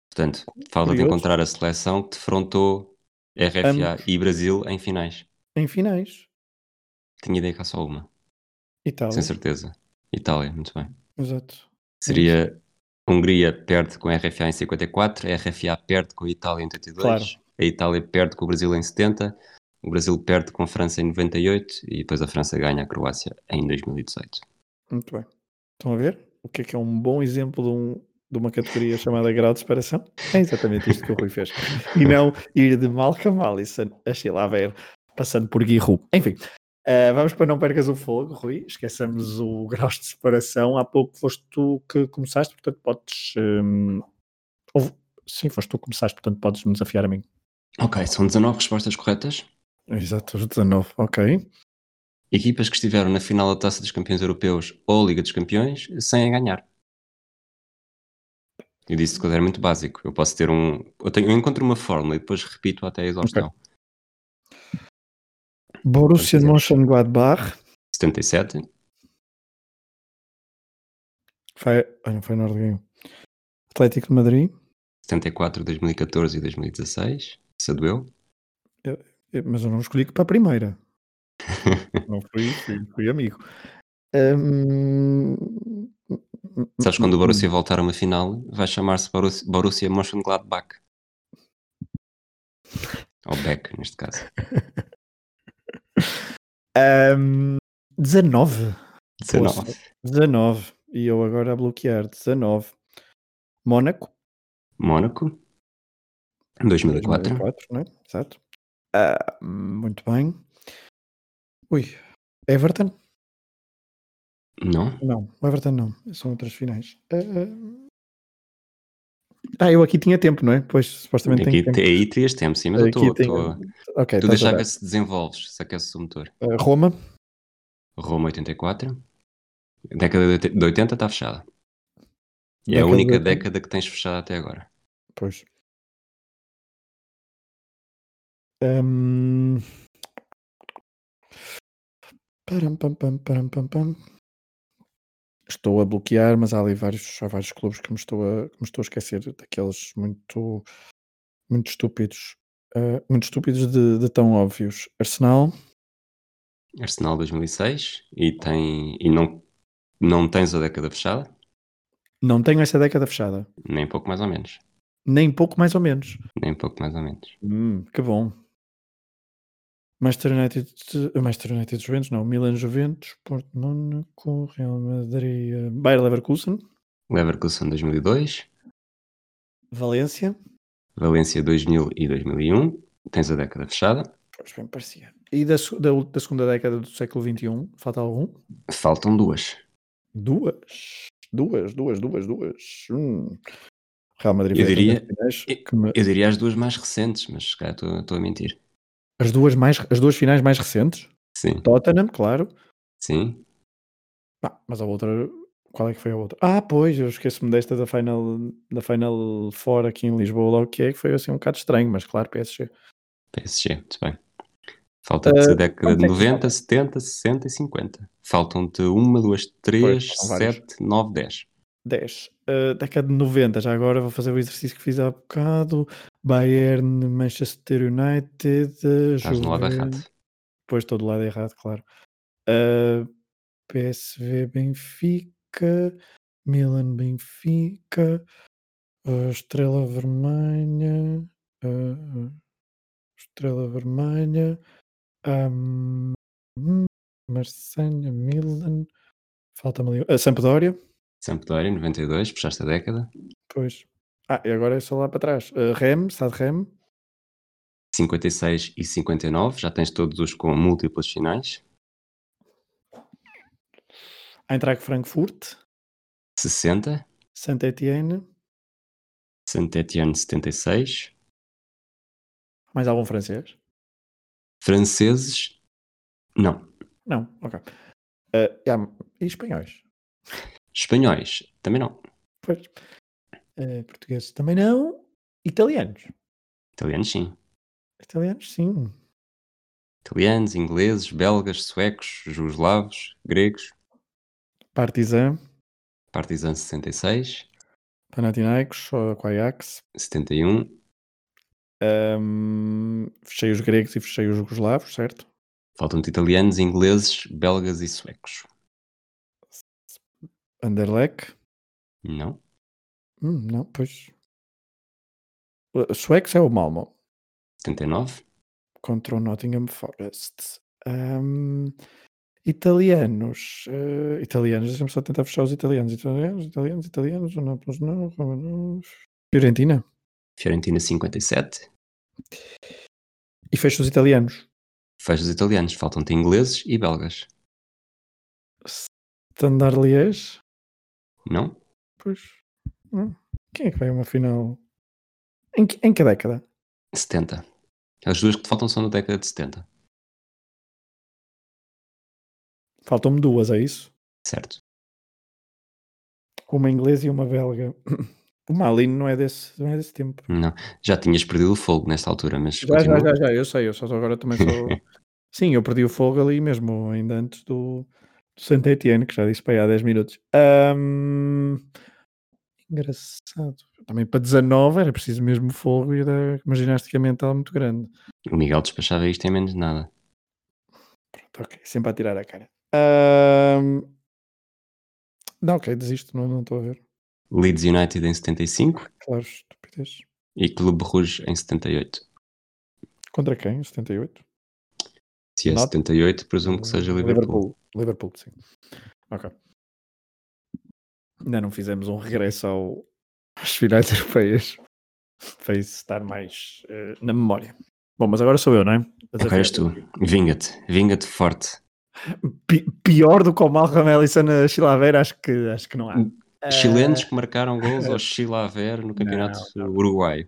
A: Portanto, falta de
B: Curioso.
A: encontrar a seleção que defrontou RFA e Brasil em finais.
B: Em finais.
A: Tinha ideia que há só uma,
B: Itália.
A: sem certeza. Itália, muito bem.
B: Exato.
A: Seria Hungria perde com a RFA em 54, a RFA perde com a Itália em 82,
B: Claro.
A: a Itália perde com o Brasil em 70, o Brasil perde com a França em 98 e depois a França ganha a Croácia em 2018.
B: Muito bem. Estão a ver? O que é que é um bom exemplo de, um- de uma categoria chamada grau de separação? É exatamente isto que o
A: [laughs]
B: Rui fez. E não ir de Malcolm Allison a Sheila Ver, passando por Gui Ru. Enfim, eh, vamos para Não Percas o Fogo, Rui. Esqueçamos o grau de separação. Há pouco foste tu que começaste, portanto podes... hum, ou- sim, foste tu que começaste, portanto podes me desafiar a mim.
A: Ok, são 19 respostas corretas.
B: Exato, os 19, ok.
A: Equipas que estiveram na final da Taça dos Campeões Europeus ou Liga dos Campeões sem a ganhar. Eu disse que era muito básico. Eu posso ter um. Eu, tenho- eu encontro uma fórmula e depois repito até a exaustão.
B: Borussia de Mönchengladbach.
A: 77,
B: Foi, olha, foi ganhou. Atlético de Madrid.
A: 74, 2014 e 2016. Se doeu.
B: Eh, Mas eu não escolhi que para a primeira. não fui, fui, fui amigo. Ahm,
A: Sabes
B: Hum,
A: quando o Borussia voltar a uma final, vai chamar-se Borussia, Borussia Mönchengladbach. Ou Beck, neste caso.
B: Ahm, 19.
A: 19.
B: 19. E eu agora a bloquear. 19. Mónaco.
A: Mónaco. 2004.
B: 2004, não é? Exato. Ah, muito bem. Ui. Everton?
A: Não?
B: Não, Everton não. São outras finais. Ah, Ah, eu aqui tinha tempo, não é? Pois, supostamente
A: Aqui,
B: tenho tempo.
A: te- aí terias tempo, sim, mas eu
B: Aqui
A: estou.
B: tem- é,
A: estou-
B: Ok, tá,
A: Tu
B: estás a
A: deixa
B: dar.
A: ver se desenvolves, se aqueces o motor.
B: Ah, Roma,
A: Roma 84. A década de 80 de 80 está fechada. E é a
B: Década de
A: única
B: 80.
A: década que tens fechada até agora.
B: pois. Ahm. Param, pam, pam, param, pam, pam. Estou a bloquear, mas há ali vários, há vários clubes que me estou a, que me estou a esquecer, daqueles muito, muito estúpidos. Ah, muito estúpidos de, de tão óbvios. Arsenal,
A: Arsenal 2006 e, tem, e não, não tens a década fechada,
B: não tenho essa década fechada.
A: nem pouco mais ou menos.
B: Nem pouco mais ou menos.
A: Nem pouco mais ou menos.
B: Hum, que bom. Manchester United, Manchester United Juventus, não, Milan Juventus, Porto Mónaco, Real Madrid, eh, Bayer Leverkusen,
A: Leverkusen 2002,
B: Valência,
A: Valência 2000 e 2001, tens a década fechada.
B: pois bem parecia. E da, se- da, ul- da segunda década do século XXI, falta algum?
A: Faltam duas.
B: Duas, duas, duas, duas, duas. Hum. Real Madrid
A: Eu
B: veio
A: diria-
B: das finais,
A: eu-
B: que me-
A: Eu diria as duas mais recentes, mas se calhar estou estou a mentir.
B: as, duas mais, as duas finais mais recentes,
A: Sim,
B: Tottenham, claro,
A: sim.
B: Pá, mas a outra Qual é que foi a outra? Ah, pois, eu esqueço-me desta da Final, da Final Four aqui em Lisboa, logo que é, que foi assim um bocado estranho, mas claro, PSG.
A: PSG, muito bem. Falta-te
B: Ah,
A: a década de
B: quanto é que
A: 90, 70, 60 e 50. Faltam-te 1, 2, 3,
B: são vários.
A: 7, 9, 10.
B: 10. Ah, década de 90, já agora vou fazer o exercício que fiz há bocado. Bayern, Manchester United. ah,
A: Estás no lado
B: Juventus-
A: errado.
B: Pois estou do lado errado, claro. Ah, PSV Benfica, Milan Benfica, ah, Estrela Vermelha, ah, ah, Estrela Vermelha, ahm, hum, Marsenha, Milan, falta-me ali. ah, Sampdoria,
A: Sampdoria, 92, puxaste a década.
B: pois. Ah, e agora é só lá para trás. Ah, Rem, Sad Rem,
A: 56 e 59, já tens todos os com múltiplas finais.
B: Eintracht Frankfurt,
A: 60,
B: Saint Etienne,
A: Saint-Étienne, 76.
B: mais algum francês?
A: Franceses, não.
B: Não, ok. Ah, e há- e espanhóis?
A: Espanhóis, também não.
B: Pois. Eh, portugueses também não. Italianos.
A: Italianos, sim.
B: Italianos, sim.
A: Italianos, ingleses, belgas, suecos, jugoslavos, gregos.
B: Partizan,
A: Partizan, 66.
B: Panathinaikos, eh, ou com Ajax.
A: 71,
B: Ahm, fechei os gregos e fechei os jugoslavos, certo?
A: Faltam-te italianos, ingleses, belgas e suecos.
B: Anderlecht.
A: Não?
B: Hum, não, pois. Eh, Suecos é o Malmo.
A: 79?
B: Contra o Nottingham Forest. Ahm, italianos. eh, italianos, deixa-me só tentar fechar os italianos. Italianos, italianos, italianos. Não, não, não, não. Fiorentina.
A: Fiorentina 57.
B: E fecho os italianos.
A: Fecha os italianos, faltam-te ingleses e belgas.
B: Standard Liège.
A: Não?
B: Pois. Hum. Quem é que vai a uma final? Em que, em que década?
A: 70. As duas que te faltam são da década de 70,
B: Faltam-me duas, é isso?
A: certo?
B: Uma inglesa e uma belga. [coughs] O Malino não é desse, não é desse tempo.
A: Não. Já tinhas perdido o fogo nesta altura, mas
B: Já, já,
A: continua.
B: já, já, eu sei, eu só agora também sou. Sim, eu perdi o fogo ali mesmo, ainda antes do, do Saint Etienne, que já disse para aí há 10 minutos. Ahm, Engraçado. Também para 19 era preciso mesmo fogo e era uma ginástica mental muito grande.
A: O Miguel despachava isto em menos de nada.
B: Pronto, ok, sempre a tirar a cara. Ahm, Não, ok, desisto, não não estou a ver.
A: Leeds United em 75
B: Claro, estupidez.
A: e Clube Rouge em 78.
B: Contra quem? 78?
A: Se é
B: Not-
A: 78, presumo que seja Liverpool.
B: Liverpool, sim. Ok. Ainda não fizemos um regresso ao- às finais [laughs] europeias. Fez estar mais eh, na memória. Bom, mas agora sou eu, não é? Mas
A: Agora
B: a-
A: és tu. Vinga-te. Vinga-te forte.
B: Pi- pior do que o Malcolm Ellison na Chilaveira, acho que, acho que não há.
A: Hum,
B: Eh,
A: Chilenos que marcaram
B: [laughs]
A: gols ao Chilaver no campeonato uruguaio.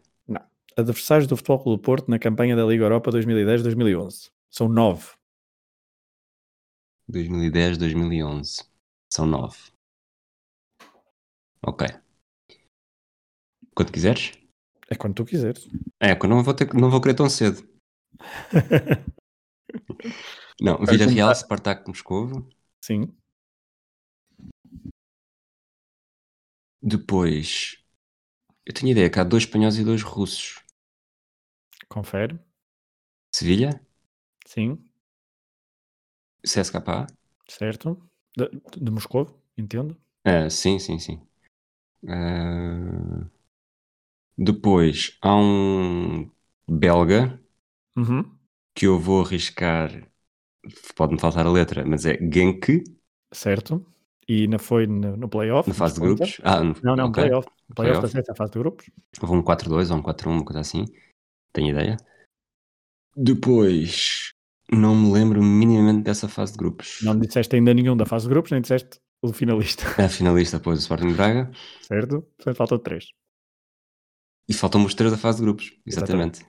B: adversários do Futebol Clube do Porto na campanha da Liga Europa 2010-2011. São nove.
A: 2010, 2011. São nove. Ok. Quando quiseres?
B: É quando tu quiseres.
A: É, quando não vou, ter, não vou querer tão
B: [laughs]
A: cedo. Não, Vila Real,
B: começar.
A: Spartak Moscovo.
B: Sim.
A: Depois, eu tenho ideia que há dois espanhóis e dois russos.
B: Confere.
A: Sevilha,
B: Sim.
A: CSKA.
B: Certo. De, de Moscou, entendo.
A: Ah, sim, sim, sim. Ah, Depois, há um belga
B: Uhum.
A: que eu vou arriscar. Pode-me faltar a letra, mas é Genk,
B: Certo. E na, foi no, no playoff.
A: na fase de
B: desconta.
A: grupos. Ah, no-
B: Não, não,
A: ok.
B: playoff. Playoff
A: Playoff.
B: da sexta fase de grupos.
A: Houve um 4-2 ou um 4-1, uma coisa assim. Tenho ideia. Depois, não me lembro minimamente dessa fase de grupos.
B: Não disseste ainda nenhum da fase de grupos, nem disseste o finalista.
A: [laughs]
B: [laughs]
A: A finalista, pois, o Sporting de Braga.
B: Certo? Portanto, faltam três.
A: E faltam-me os três da fase de grupos. Exatamente.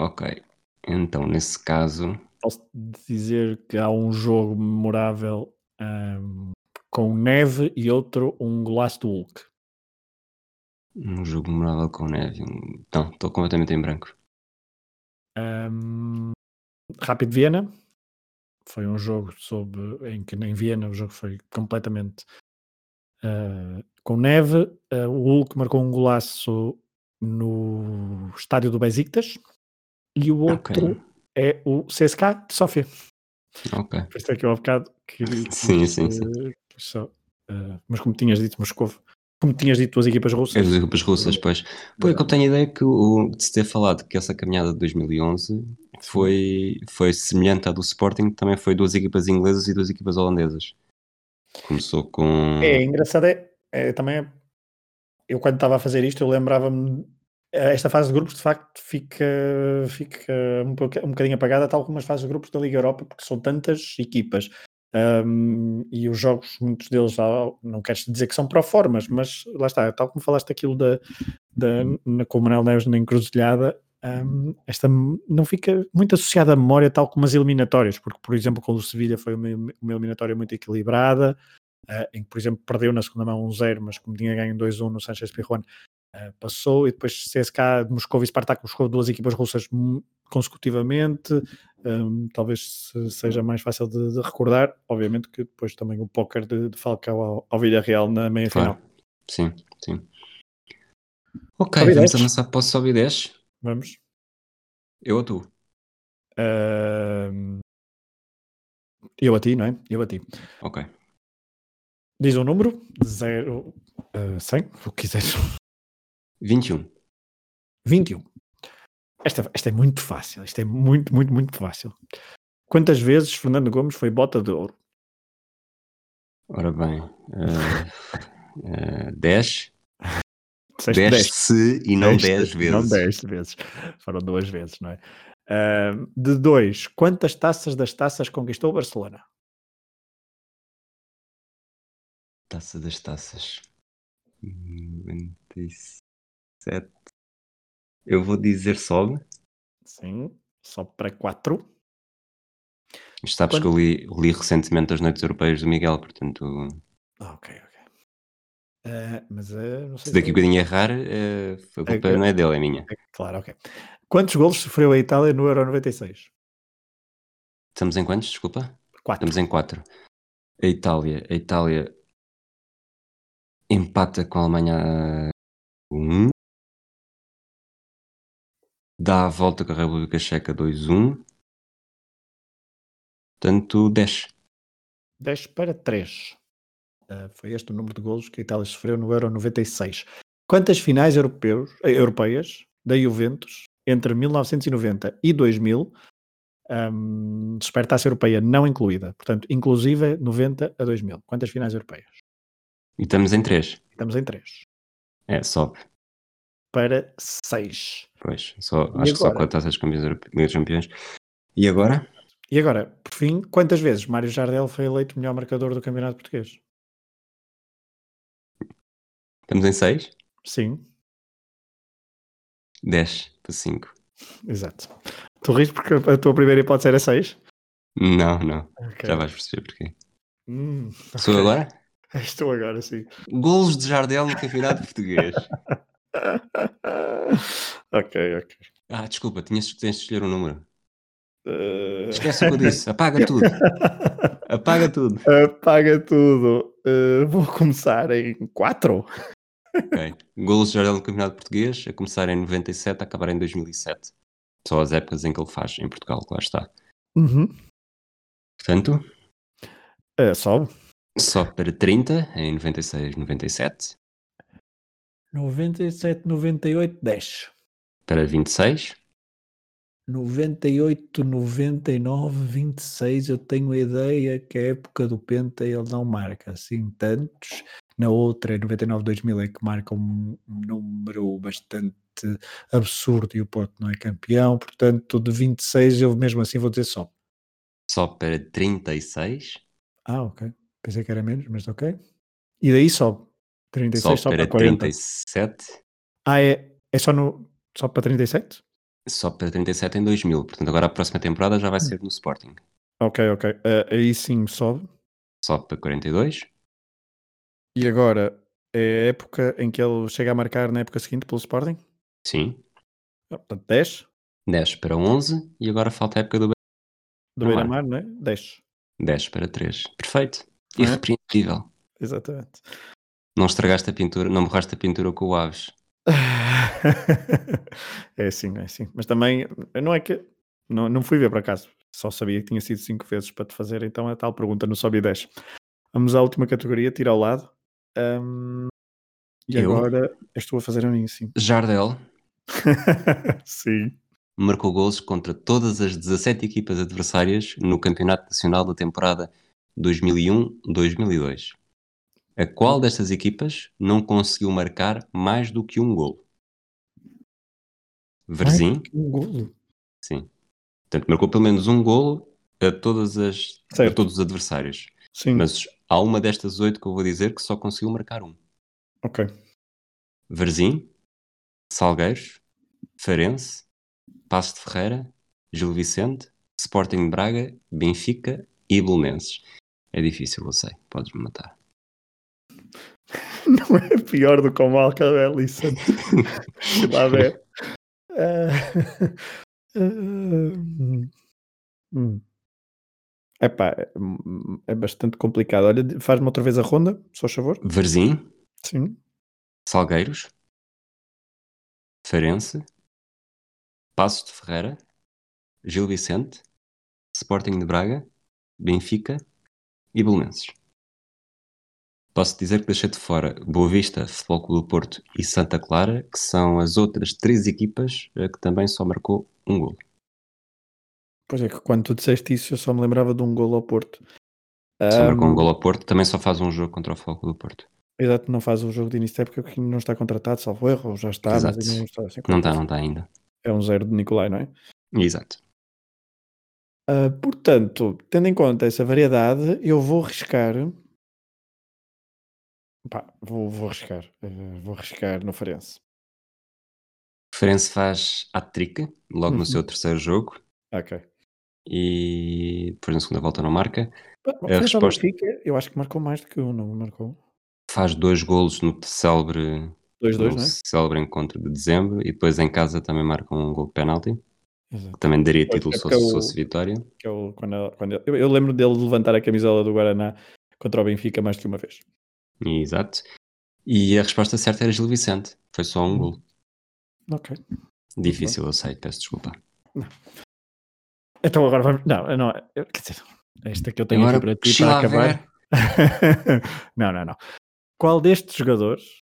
A: Ok. Então, nesse caso,
B: Posso dizer que há um jogo memorável ahm, com neve e outro um golaço do Hulk.
A: Um jogo memorável com neve. um- Não, estou completamente em branco.
B: Ahm, Rápido Viena foi um jogo sobre, em que em Viena o jogo foi completamente ah, com neve. Ah, o Hulk marcou um golaço no estádio do Besiktas e o outro
A: Ok.
B: é o CSK de Sofia.
A: Ok.
B: Por isso é que eu há bocado
A: [laughs]
B: queria.
A: Sim, sim, sim.
B: eh, só, eh, mas como tinhas dito, Moscovo, como tinhas dito, as equipas russas.
A: As equipas
B: Hum.
A: russas, pois. Pois é que eu tenho a ideia que o, de se ter falado que essa caminhada de 2011 foi, foi semelhante à do Sporting, que também foi duas equipas inglesas e duas equipas holandesas. Começou com.
B: É engraçado, é, é, também é- eu quando estava a fazer isto, eu lembrava-me. eh, Esta fase de grupos de facto fica, fica um, pouca- um bocadinho apagada, tal como as fases de grupos da Liga Europa, porque são tantas equipas ahm, e os jogos, muitos deles, já não queres dizer que são proformas, mas lá está, tal como falaste aquilo da, da, na, com o Manuel Neves na encruzilhada, ahm, esta m- não fica muito associada à memória, tal como as eliminatórias, porque, por exemplo, com o Sevilha foi uma, uma eliminatória muito equilibrada, eh, em que, por exemplo, perdeu na segunda mão 1-0, mas como tinha ganho 2-1 no Sanchez Pirjuan, eh, passou, e depois CSK, de Moscou e Spartak Moscou, duas equipas russas mu- consecutivamente, hum, talvez se- seja mais fácil de, de recordar, obviamente que depois também o póquer de, de Falcao ao, ao Villarreal na meia-final.
A: Claro. Sim, sim. Ok,
B: Sobe e
A: vamos
B: desce.
A: avançar para o sobe e desce.
B: Vamos?
A: Eu ou tu?
B: Ahm, eu a ti, não é? Eu a ti.
A: Ok.
B: Diz um número, de 0 a 100, o que quiseres. [laughs]
A: 21.
B: 21. Esta, esta é muito fácil. Isto é muito, muito, muito fácil. Quantas vezes Fernando Gomes foi bota de ouro?
A: Ora bem. eh,
B: [laughs]
A: eh, 10.
B: Disseste
A: 10
B: dez.
A: se e não 10
B: Dez,
A: vezes.
B: Não 10 vezes. Foram duas vezes, não é? Ahm, de dois, quantas taças das taças conquistou o Barcelona?
A: Taça das taças. 97. Eu vou dizer sobe.
B: Sim, só para quatro.
A: Mas sabes
B: Quando-
A: que eu li, li recentemente as Noites Europeias do Miguel, portanto,
B: Ah, ok, ok. Ah, mas ah, não sei
A: se daqui
B: eu-
A: um bocadinho errar, eh, a culpa
B: eu-
A: não é dele, é minha.
B: Claro, ok. Quantos golos sofreu a Itália no Euro 96?
A: Estamos em quantos? Desculpa.
B: Quatro.
A: Estamos em 4. A Itália. A Itália empata com a Alemanha uh, 1. Dá a volta com a República Checa 2-1. Portanto, 10.
B: 10 para 3. Ah, foi este o número de golos que a Itália sofreu no Euro 96. Quantas finais europeus, eh, europeias da Juventus entre 1990 e 2000, um, supertaça europeia não incluída, portanto, inclusive 90 a 2000? Quantas finais europeias?
A: E estamos em 3.
B: Estamos em 3
A: É, sobe.
B: para 6.
A: Pois, só, acho
B: E
A: que só
B: agora?
A: com a taça dos campeões europe- Liga dos campeões. E agora?
B: E agora, por fim, quantas vezes Mário Jardel foi eleito melhor marcador do Campeonato Português?
A: Estamos em 6?
B: Sim,
A: 10 para 5.
B: exato. Tu rires porque a tua primeira hipótese era 6?
A: Não, não. Já vais perceber porquê.
B: Hum,
A: Sou eu
B: [laughs]
A: agora?
B: Estou agora sim.
A: Golos de Jardel no Campeonato Português.
B: [laughs] ok, ok.
A: Ah, desculpa, tinhas, tens de escolher um número.
B: Eh,
A: Esquece o que eu disse. Apaga tudo. Apaga tudo.
B: Apaga tudo. Eh, vou começar em 4.
A: Ok. Golos de Jardel no Campeonato Português, a começar em 97, a acabar em 2007. Só as épocas em que ele faz em Portugal, claro está.
B: Uhum.
A: Portanto,
B: sobe.
A: só para 30 em 96, 97.
B: 97, 98, 10.
A: Para 26,
B: 98, 99, 26. Eu tenho a ideia que a época do Penta ele não marca assim tantos. Na outra, em 99, 2000, é que marca um um número bastante absurdo e o Porto não é campeão. Portanto, de 26, eu mesmo assim vou dizer só.
A: só para 36.
B: Ah, ok. Pensei que era menos, mas ok. E daí sobe. 36
A: só
B: sobe,
A: para
B: para 40.
A: 37,
B: Ah, é, é só, no, só para 37?
A: só para 37 em 2000. Portanto, agora a próxima temporada já vai ser no Sporting.
B: Ok, ok. Ah, aí sim Eh, sobe.
A: Só para 42,
B: E agora é a época em que ele chega a marcar na época seguinte pelo Sporting?
A: Sim.
B: Ah, Portanto, 10
A: 10 para 11 e agora falta a época do
B: do
A: Ah,
B: Beira-Mar, não é? 10.
A: Be- 10 para 3. Perfeito.
B: Não é?
A: Irrepreendível.
B: Exatamente.
A: Não estragaste a pintura, não borraste a pintura com o Aves.
B: [laughs] é assim, é assim. Mas também, não é que. Não, não fui ver por acaso. Só sabia que tinha sido cinco vezes para te fazer, então a tal pergunta não sobe 10. Vamos à última categoria, tira ao lado. Ahm, e
A: Eu?
B: agora estou a fazer um
A: [laughs]
B: ninho, sim.
A: Jardel
B: sim.
A: marcou gols contra todas as 17 equipas adversárias no Campeonato Nacional da temporada 2001-2002. A qual destas equipas não conseguiu marcar mais do que um golo? Verzim,
C: Um golo.
A: sim. Portanto, marcou pelo menos um golo a, todas as, a
B: Certo.
A: todos os adversários.
B: Sim.
A: Mas há uma destas oito que eu vou dizer que só conseguiu marcar um.
B: Ok.
A: Varzim, Salgueiros, Farense, Passo de Ferreira, Gil Vicente, Sporting de Braga, Benfica e Belenenses. É difícil, eu sei. Podes-me matar.
B: [laughs] Não é pior do que o Malcolm Ellison. Sei lá ver. Ah, ah, hum. Epá, é, hum, é bastante complicado. Olha, di- faz-me outra vez a ronda, só favor.
A: Varzim,
B: Sim.
A: Salgueiros, Farense, Passo de Ferreira, Gil Vicente, Sporting de Braga, Benfica e Belenenses. Posso dizer que deixei de fora Boa Vista, Futebol Clube do Porto e Santa Clara, que são as outras três equipas eh, que também só marcou um gol.
B: Pois é que quando tu disseste isso, eu só me lembrava de um golo ao Porto.
A: Só marcou
B: Ahm,
A: um gol ao Porto, também só faz um jogo contra o Futebol Clube do Porto.
B: Exato, não faz o jogo de início da época porque não está contratado, salvo erro, ou já está, mas
A: Exato.
B: ainda não está. assim,
A: Não está, não está ainda.
B: É um zero de Nicolai, não é?
A: Exato.
B: Ah, portanto, tendo em conta essa variedade, eu vou arriscar. Pá, vou, vou arriscar. eh, vou arriscar no Farense.
A: Farense faz a trica logo
B: Uhum.
A: no seu terceiro jogo.
B: Ok.
A: e depois na segunda volta não marca.
B: Pá, o Farense ao
A: resposta-
B: Benfica, eu acho que marcou mais do que um, não marcou?
A: Faz dois golos no célebre,
B: 2-2,
A: no
B: não é?
A: célebre encontro de dezembro e depois em casa também marca um gol de penalti,
B: Exato.
A: que também daria
B: Pois,
A: título
B: é
A: se
B: porque
A: fosse,
B: eu-
A: fosse vitória.
B: Que é o- quando ele- quando ele- eu, eu lembro dele de levantar a camisola do Guaraná contra o Benfica mais do que uma vez.
A: E, exato. E a resposta certa era Gil Vicente. Foi só
B: Uhum.
A: um gol.
B: Ok.
A: Difícil, eu sei, peço desculpa.
B: Então agora vamos. Não, não. eu- Quer dizer, esta que eu tenho
A: Agora,
B: aqui para ti
A: cochila
B: para
A: a
B: acabar.
A: ver.
B: [laughs] não, não, não. Qual destes jogadores?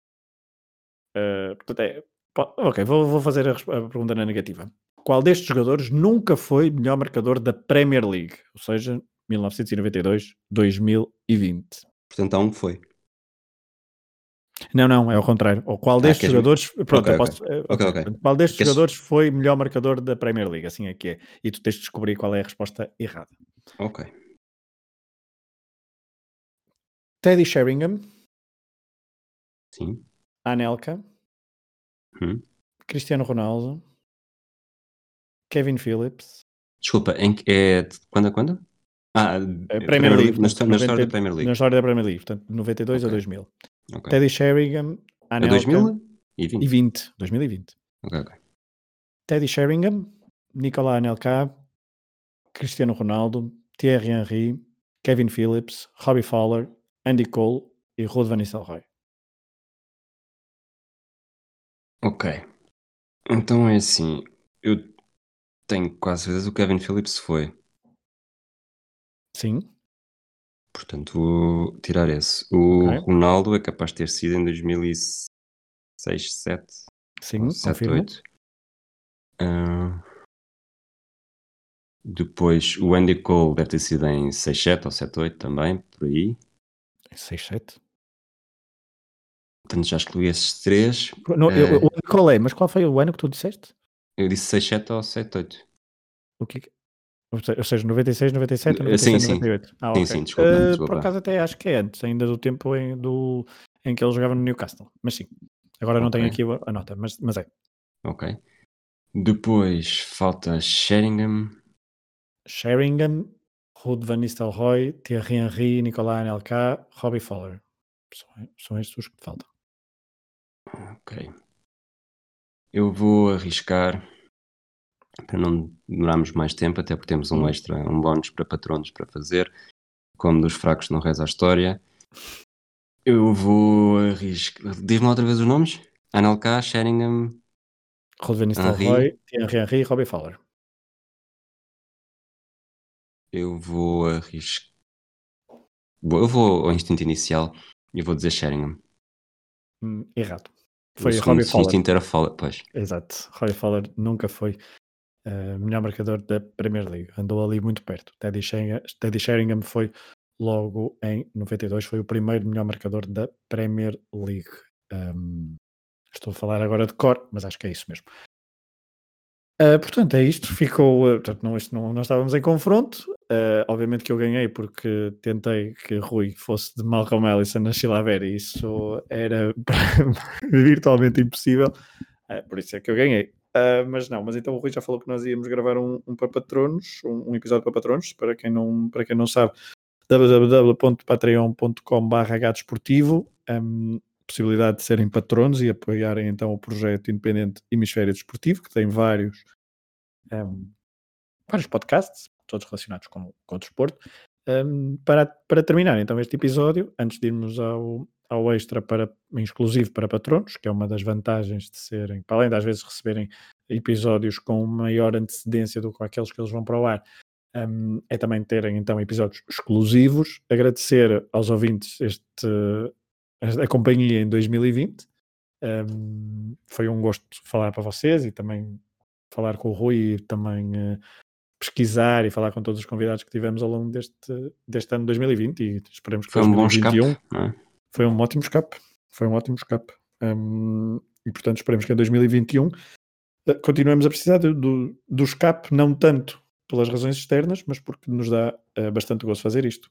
B: eh, portanto, é- po- ok, vou, vou fazer a, resp- a pergunta na negativa. Qual destes jogadores nunca foi melhor marcador da Premier League? Ou seja, 1992-2020.
A: Portanto, há um que foi.
B: Não, não, é ao contrário. Ou
A: Ah,
B: qual destes
A: queres-
B: jogadores. Pronto,
A: Ok,
B: eu
A: ok.
B: posso. eh,
A: Ok, ok.
B: portanto, Qual destes
A: Queres-
B: jogadores foi melhor marcador da Premier League? Assim é que é. E tu tens de descobrir qual é a resposta errada.
A: Ok.
B: Teddy Sheringham,
A: Sim.
B: Anelka,
A: Hum.
B: Cristiano Ronaldo, Kevin Phillips.
A: Desculpa, em que- é de quando a quando? Ah,
B: É, Premier
A: Premier
B: League,
A: League, na, histó- na história
B: 90
A: da Premier
B: Na
A: League.
B: história da Premier League, portanto, 92 a
A: Ok.
B: 2000.
A: Ok.
B: Teddy Sheringham,
A: É
B: Anelka
A: 2020.
B: e 20, 2020.
A: Ok, ok.
B: Teddy Sheringham, Nicolas Anelka, Cristiano Ronaldo, Thierry Henry, Kevin Phillips, Robbie Fowler, Andy Cole e Rod Van Nistelrooy.
A: Ok. Então é assim. Eu tenho quase certeza que o Kevin Phillips foi.
B: Sim,
A: Portanto, vou tirar esse. O
B: Ok.
A: Ronaldo é capaz de ter sido em 2006, 2007,
B: sim,
A: ou 7,
B: confirmo.
A: 8. Ah, Depois, o Andy Cole deve ter sido em 6, 7 ou 7, 8 também, por aí.
B: 6, 7.
A: Portanto, já excluí esses três.
B: Não, eu,
A: Eh.
B: o ano qual é? Mas qual foi o ano que tu disseste?
A: Eu disse 6, 7 ou 7, 8.
B: O que é que- Ou se- ou seja, 96, 97 ou
A: Eh, sim,
B: 97,
A: sim.
B: 98. Ah,
A: Sim,
B: ok.
A: sim, desculpa,
B: Eh,
A: desculpa.
B: Por acaso até acho que é antes, ainda do tempo em, do, em que ele jogava no Newcastle. Mas sim, agora não tenho
A: Ok.
B: aqui a- a nota, mas, mas é.
A: Ok. Depois, falta Sheringham.
B: Sheringham, Ruud Van Nistelrooy, Thierry Henry, Nicolas Anelka, Robbie Fowler. São, são estes os que te faltam.
A: Ok. Eu vou arriscar para não demorarmos mais tempo, até porque temos um extra, um bónus para patronos para fazer, como dos fracos não reza a história. Eu vou arriscar. Diz-me outra vez os nomes? Analka, Sheringham,
B: Rodvan Nistelrooy, Thierry Henry e Robbie Fowler.
A: Eu vou arriscar. Bom, Eu vou ao instinto inicial e vou dizer Sheringham.
B: Hum, errado. Foi
A: o segundo
B: Robbie Fowler.
A: instinto era Fowler, pois.
B: Exato. Robbie Fowler nunca foi eh, melhor marcador da Premier League. Andou ali muito perto. Teddy Sheringham, Teddy Sheringham foi logo em 92, foi o primeiro melhor marcador da Premier League. Ahm, estou a falar agora de cor, mas acho que é isso mesmo. Ah, portanto, é isto. Ficou. ah, portanto, não, isto não, não estávamos em confronto. Ah, obviamente que eu ganhei porque tentei que Rui fosse de Malcolm Ellison na Chilavera e isso era [laughs] virtualmente impossível. Ah, por isso é que eu ganhei. Ah, mas não, mas então o Rui já falou que nós íamos gravar um, um para patronos, um, um episódio para patronos, para quem não, para quem não sabe, www.patreon.com.br gadesportivo, Ahm, hum, possibilidade de serem patronos e apoiarem então o projeto independente Hemisfério Desportivo, que tem vários, ahm, vários podcasts, todos relacionados com, com o desporto. Ahm, para, para terminar então este episódio, antes de irmos ao, ao extra para, exclusivo para patronos, que é uma das vantagens de serem, para além de às vezes receberem episódios com maior antecedência do que aqueles que eles vão para o ar, hum, é também terem então episódios exclusivos. Agradecer aos ouvintes este, a companhia em 2020. Hum, foi um gosto falar para vocês e também falar com o Rui e também eh, pesquisar e falar com todos os convidados que tivemos ao longo deste, deste ano 2020 e esperemos que
A: Foi um bom
B: 2021
A: escape, não é?
B: foi um ótimo escape. Foi um ótimo escape. Hum, e portanto esperemos que em 2021 eh, continuemos a precisar do, do, do escape, não tanto pelas razões externas, mas porque nos dá eh, bastante gosto fazer isto.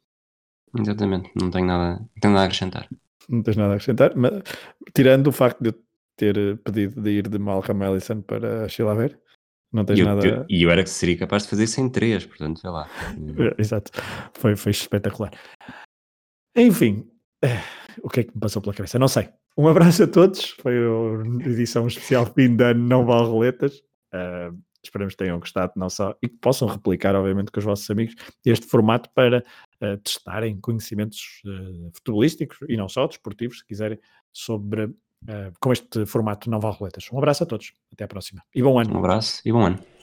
A: Exatamente, não tenho nada, não tenho nada a acrescentar.
B: Não tens nada a acrescentar, mas tirando o facto de eu ter eh, pedido de ir de Malcolm Ellison para Chilaver, não tens
A: E eu,
B: nada.
A: eu- e eu era que seria capaz de fazer isso em três, portanto, sei
B: [laughs]
A: lá.
B: Eh, Exato, foi, foi espetacular. Enfim, eh, o que é que me passou pela cabeça? Não sei. Um abraço a todos. Foi a edição especial de fim de ano, não vale roletas. Eh, esperamos que tenham gostado, não só, e que possam replicar, obviamente, com os vossos amigos este formato para eh, testarem conhecimentos eh, futebolísticos e não só desportivos, se quiserem, sobre eh, com este formato não vale roletas. Um abraço a todos. Até à próxima. E bom ano.
A: Um abraço e bom ano.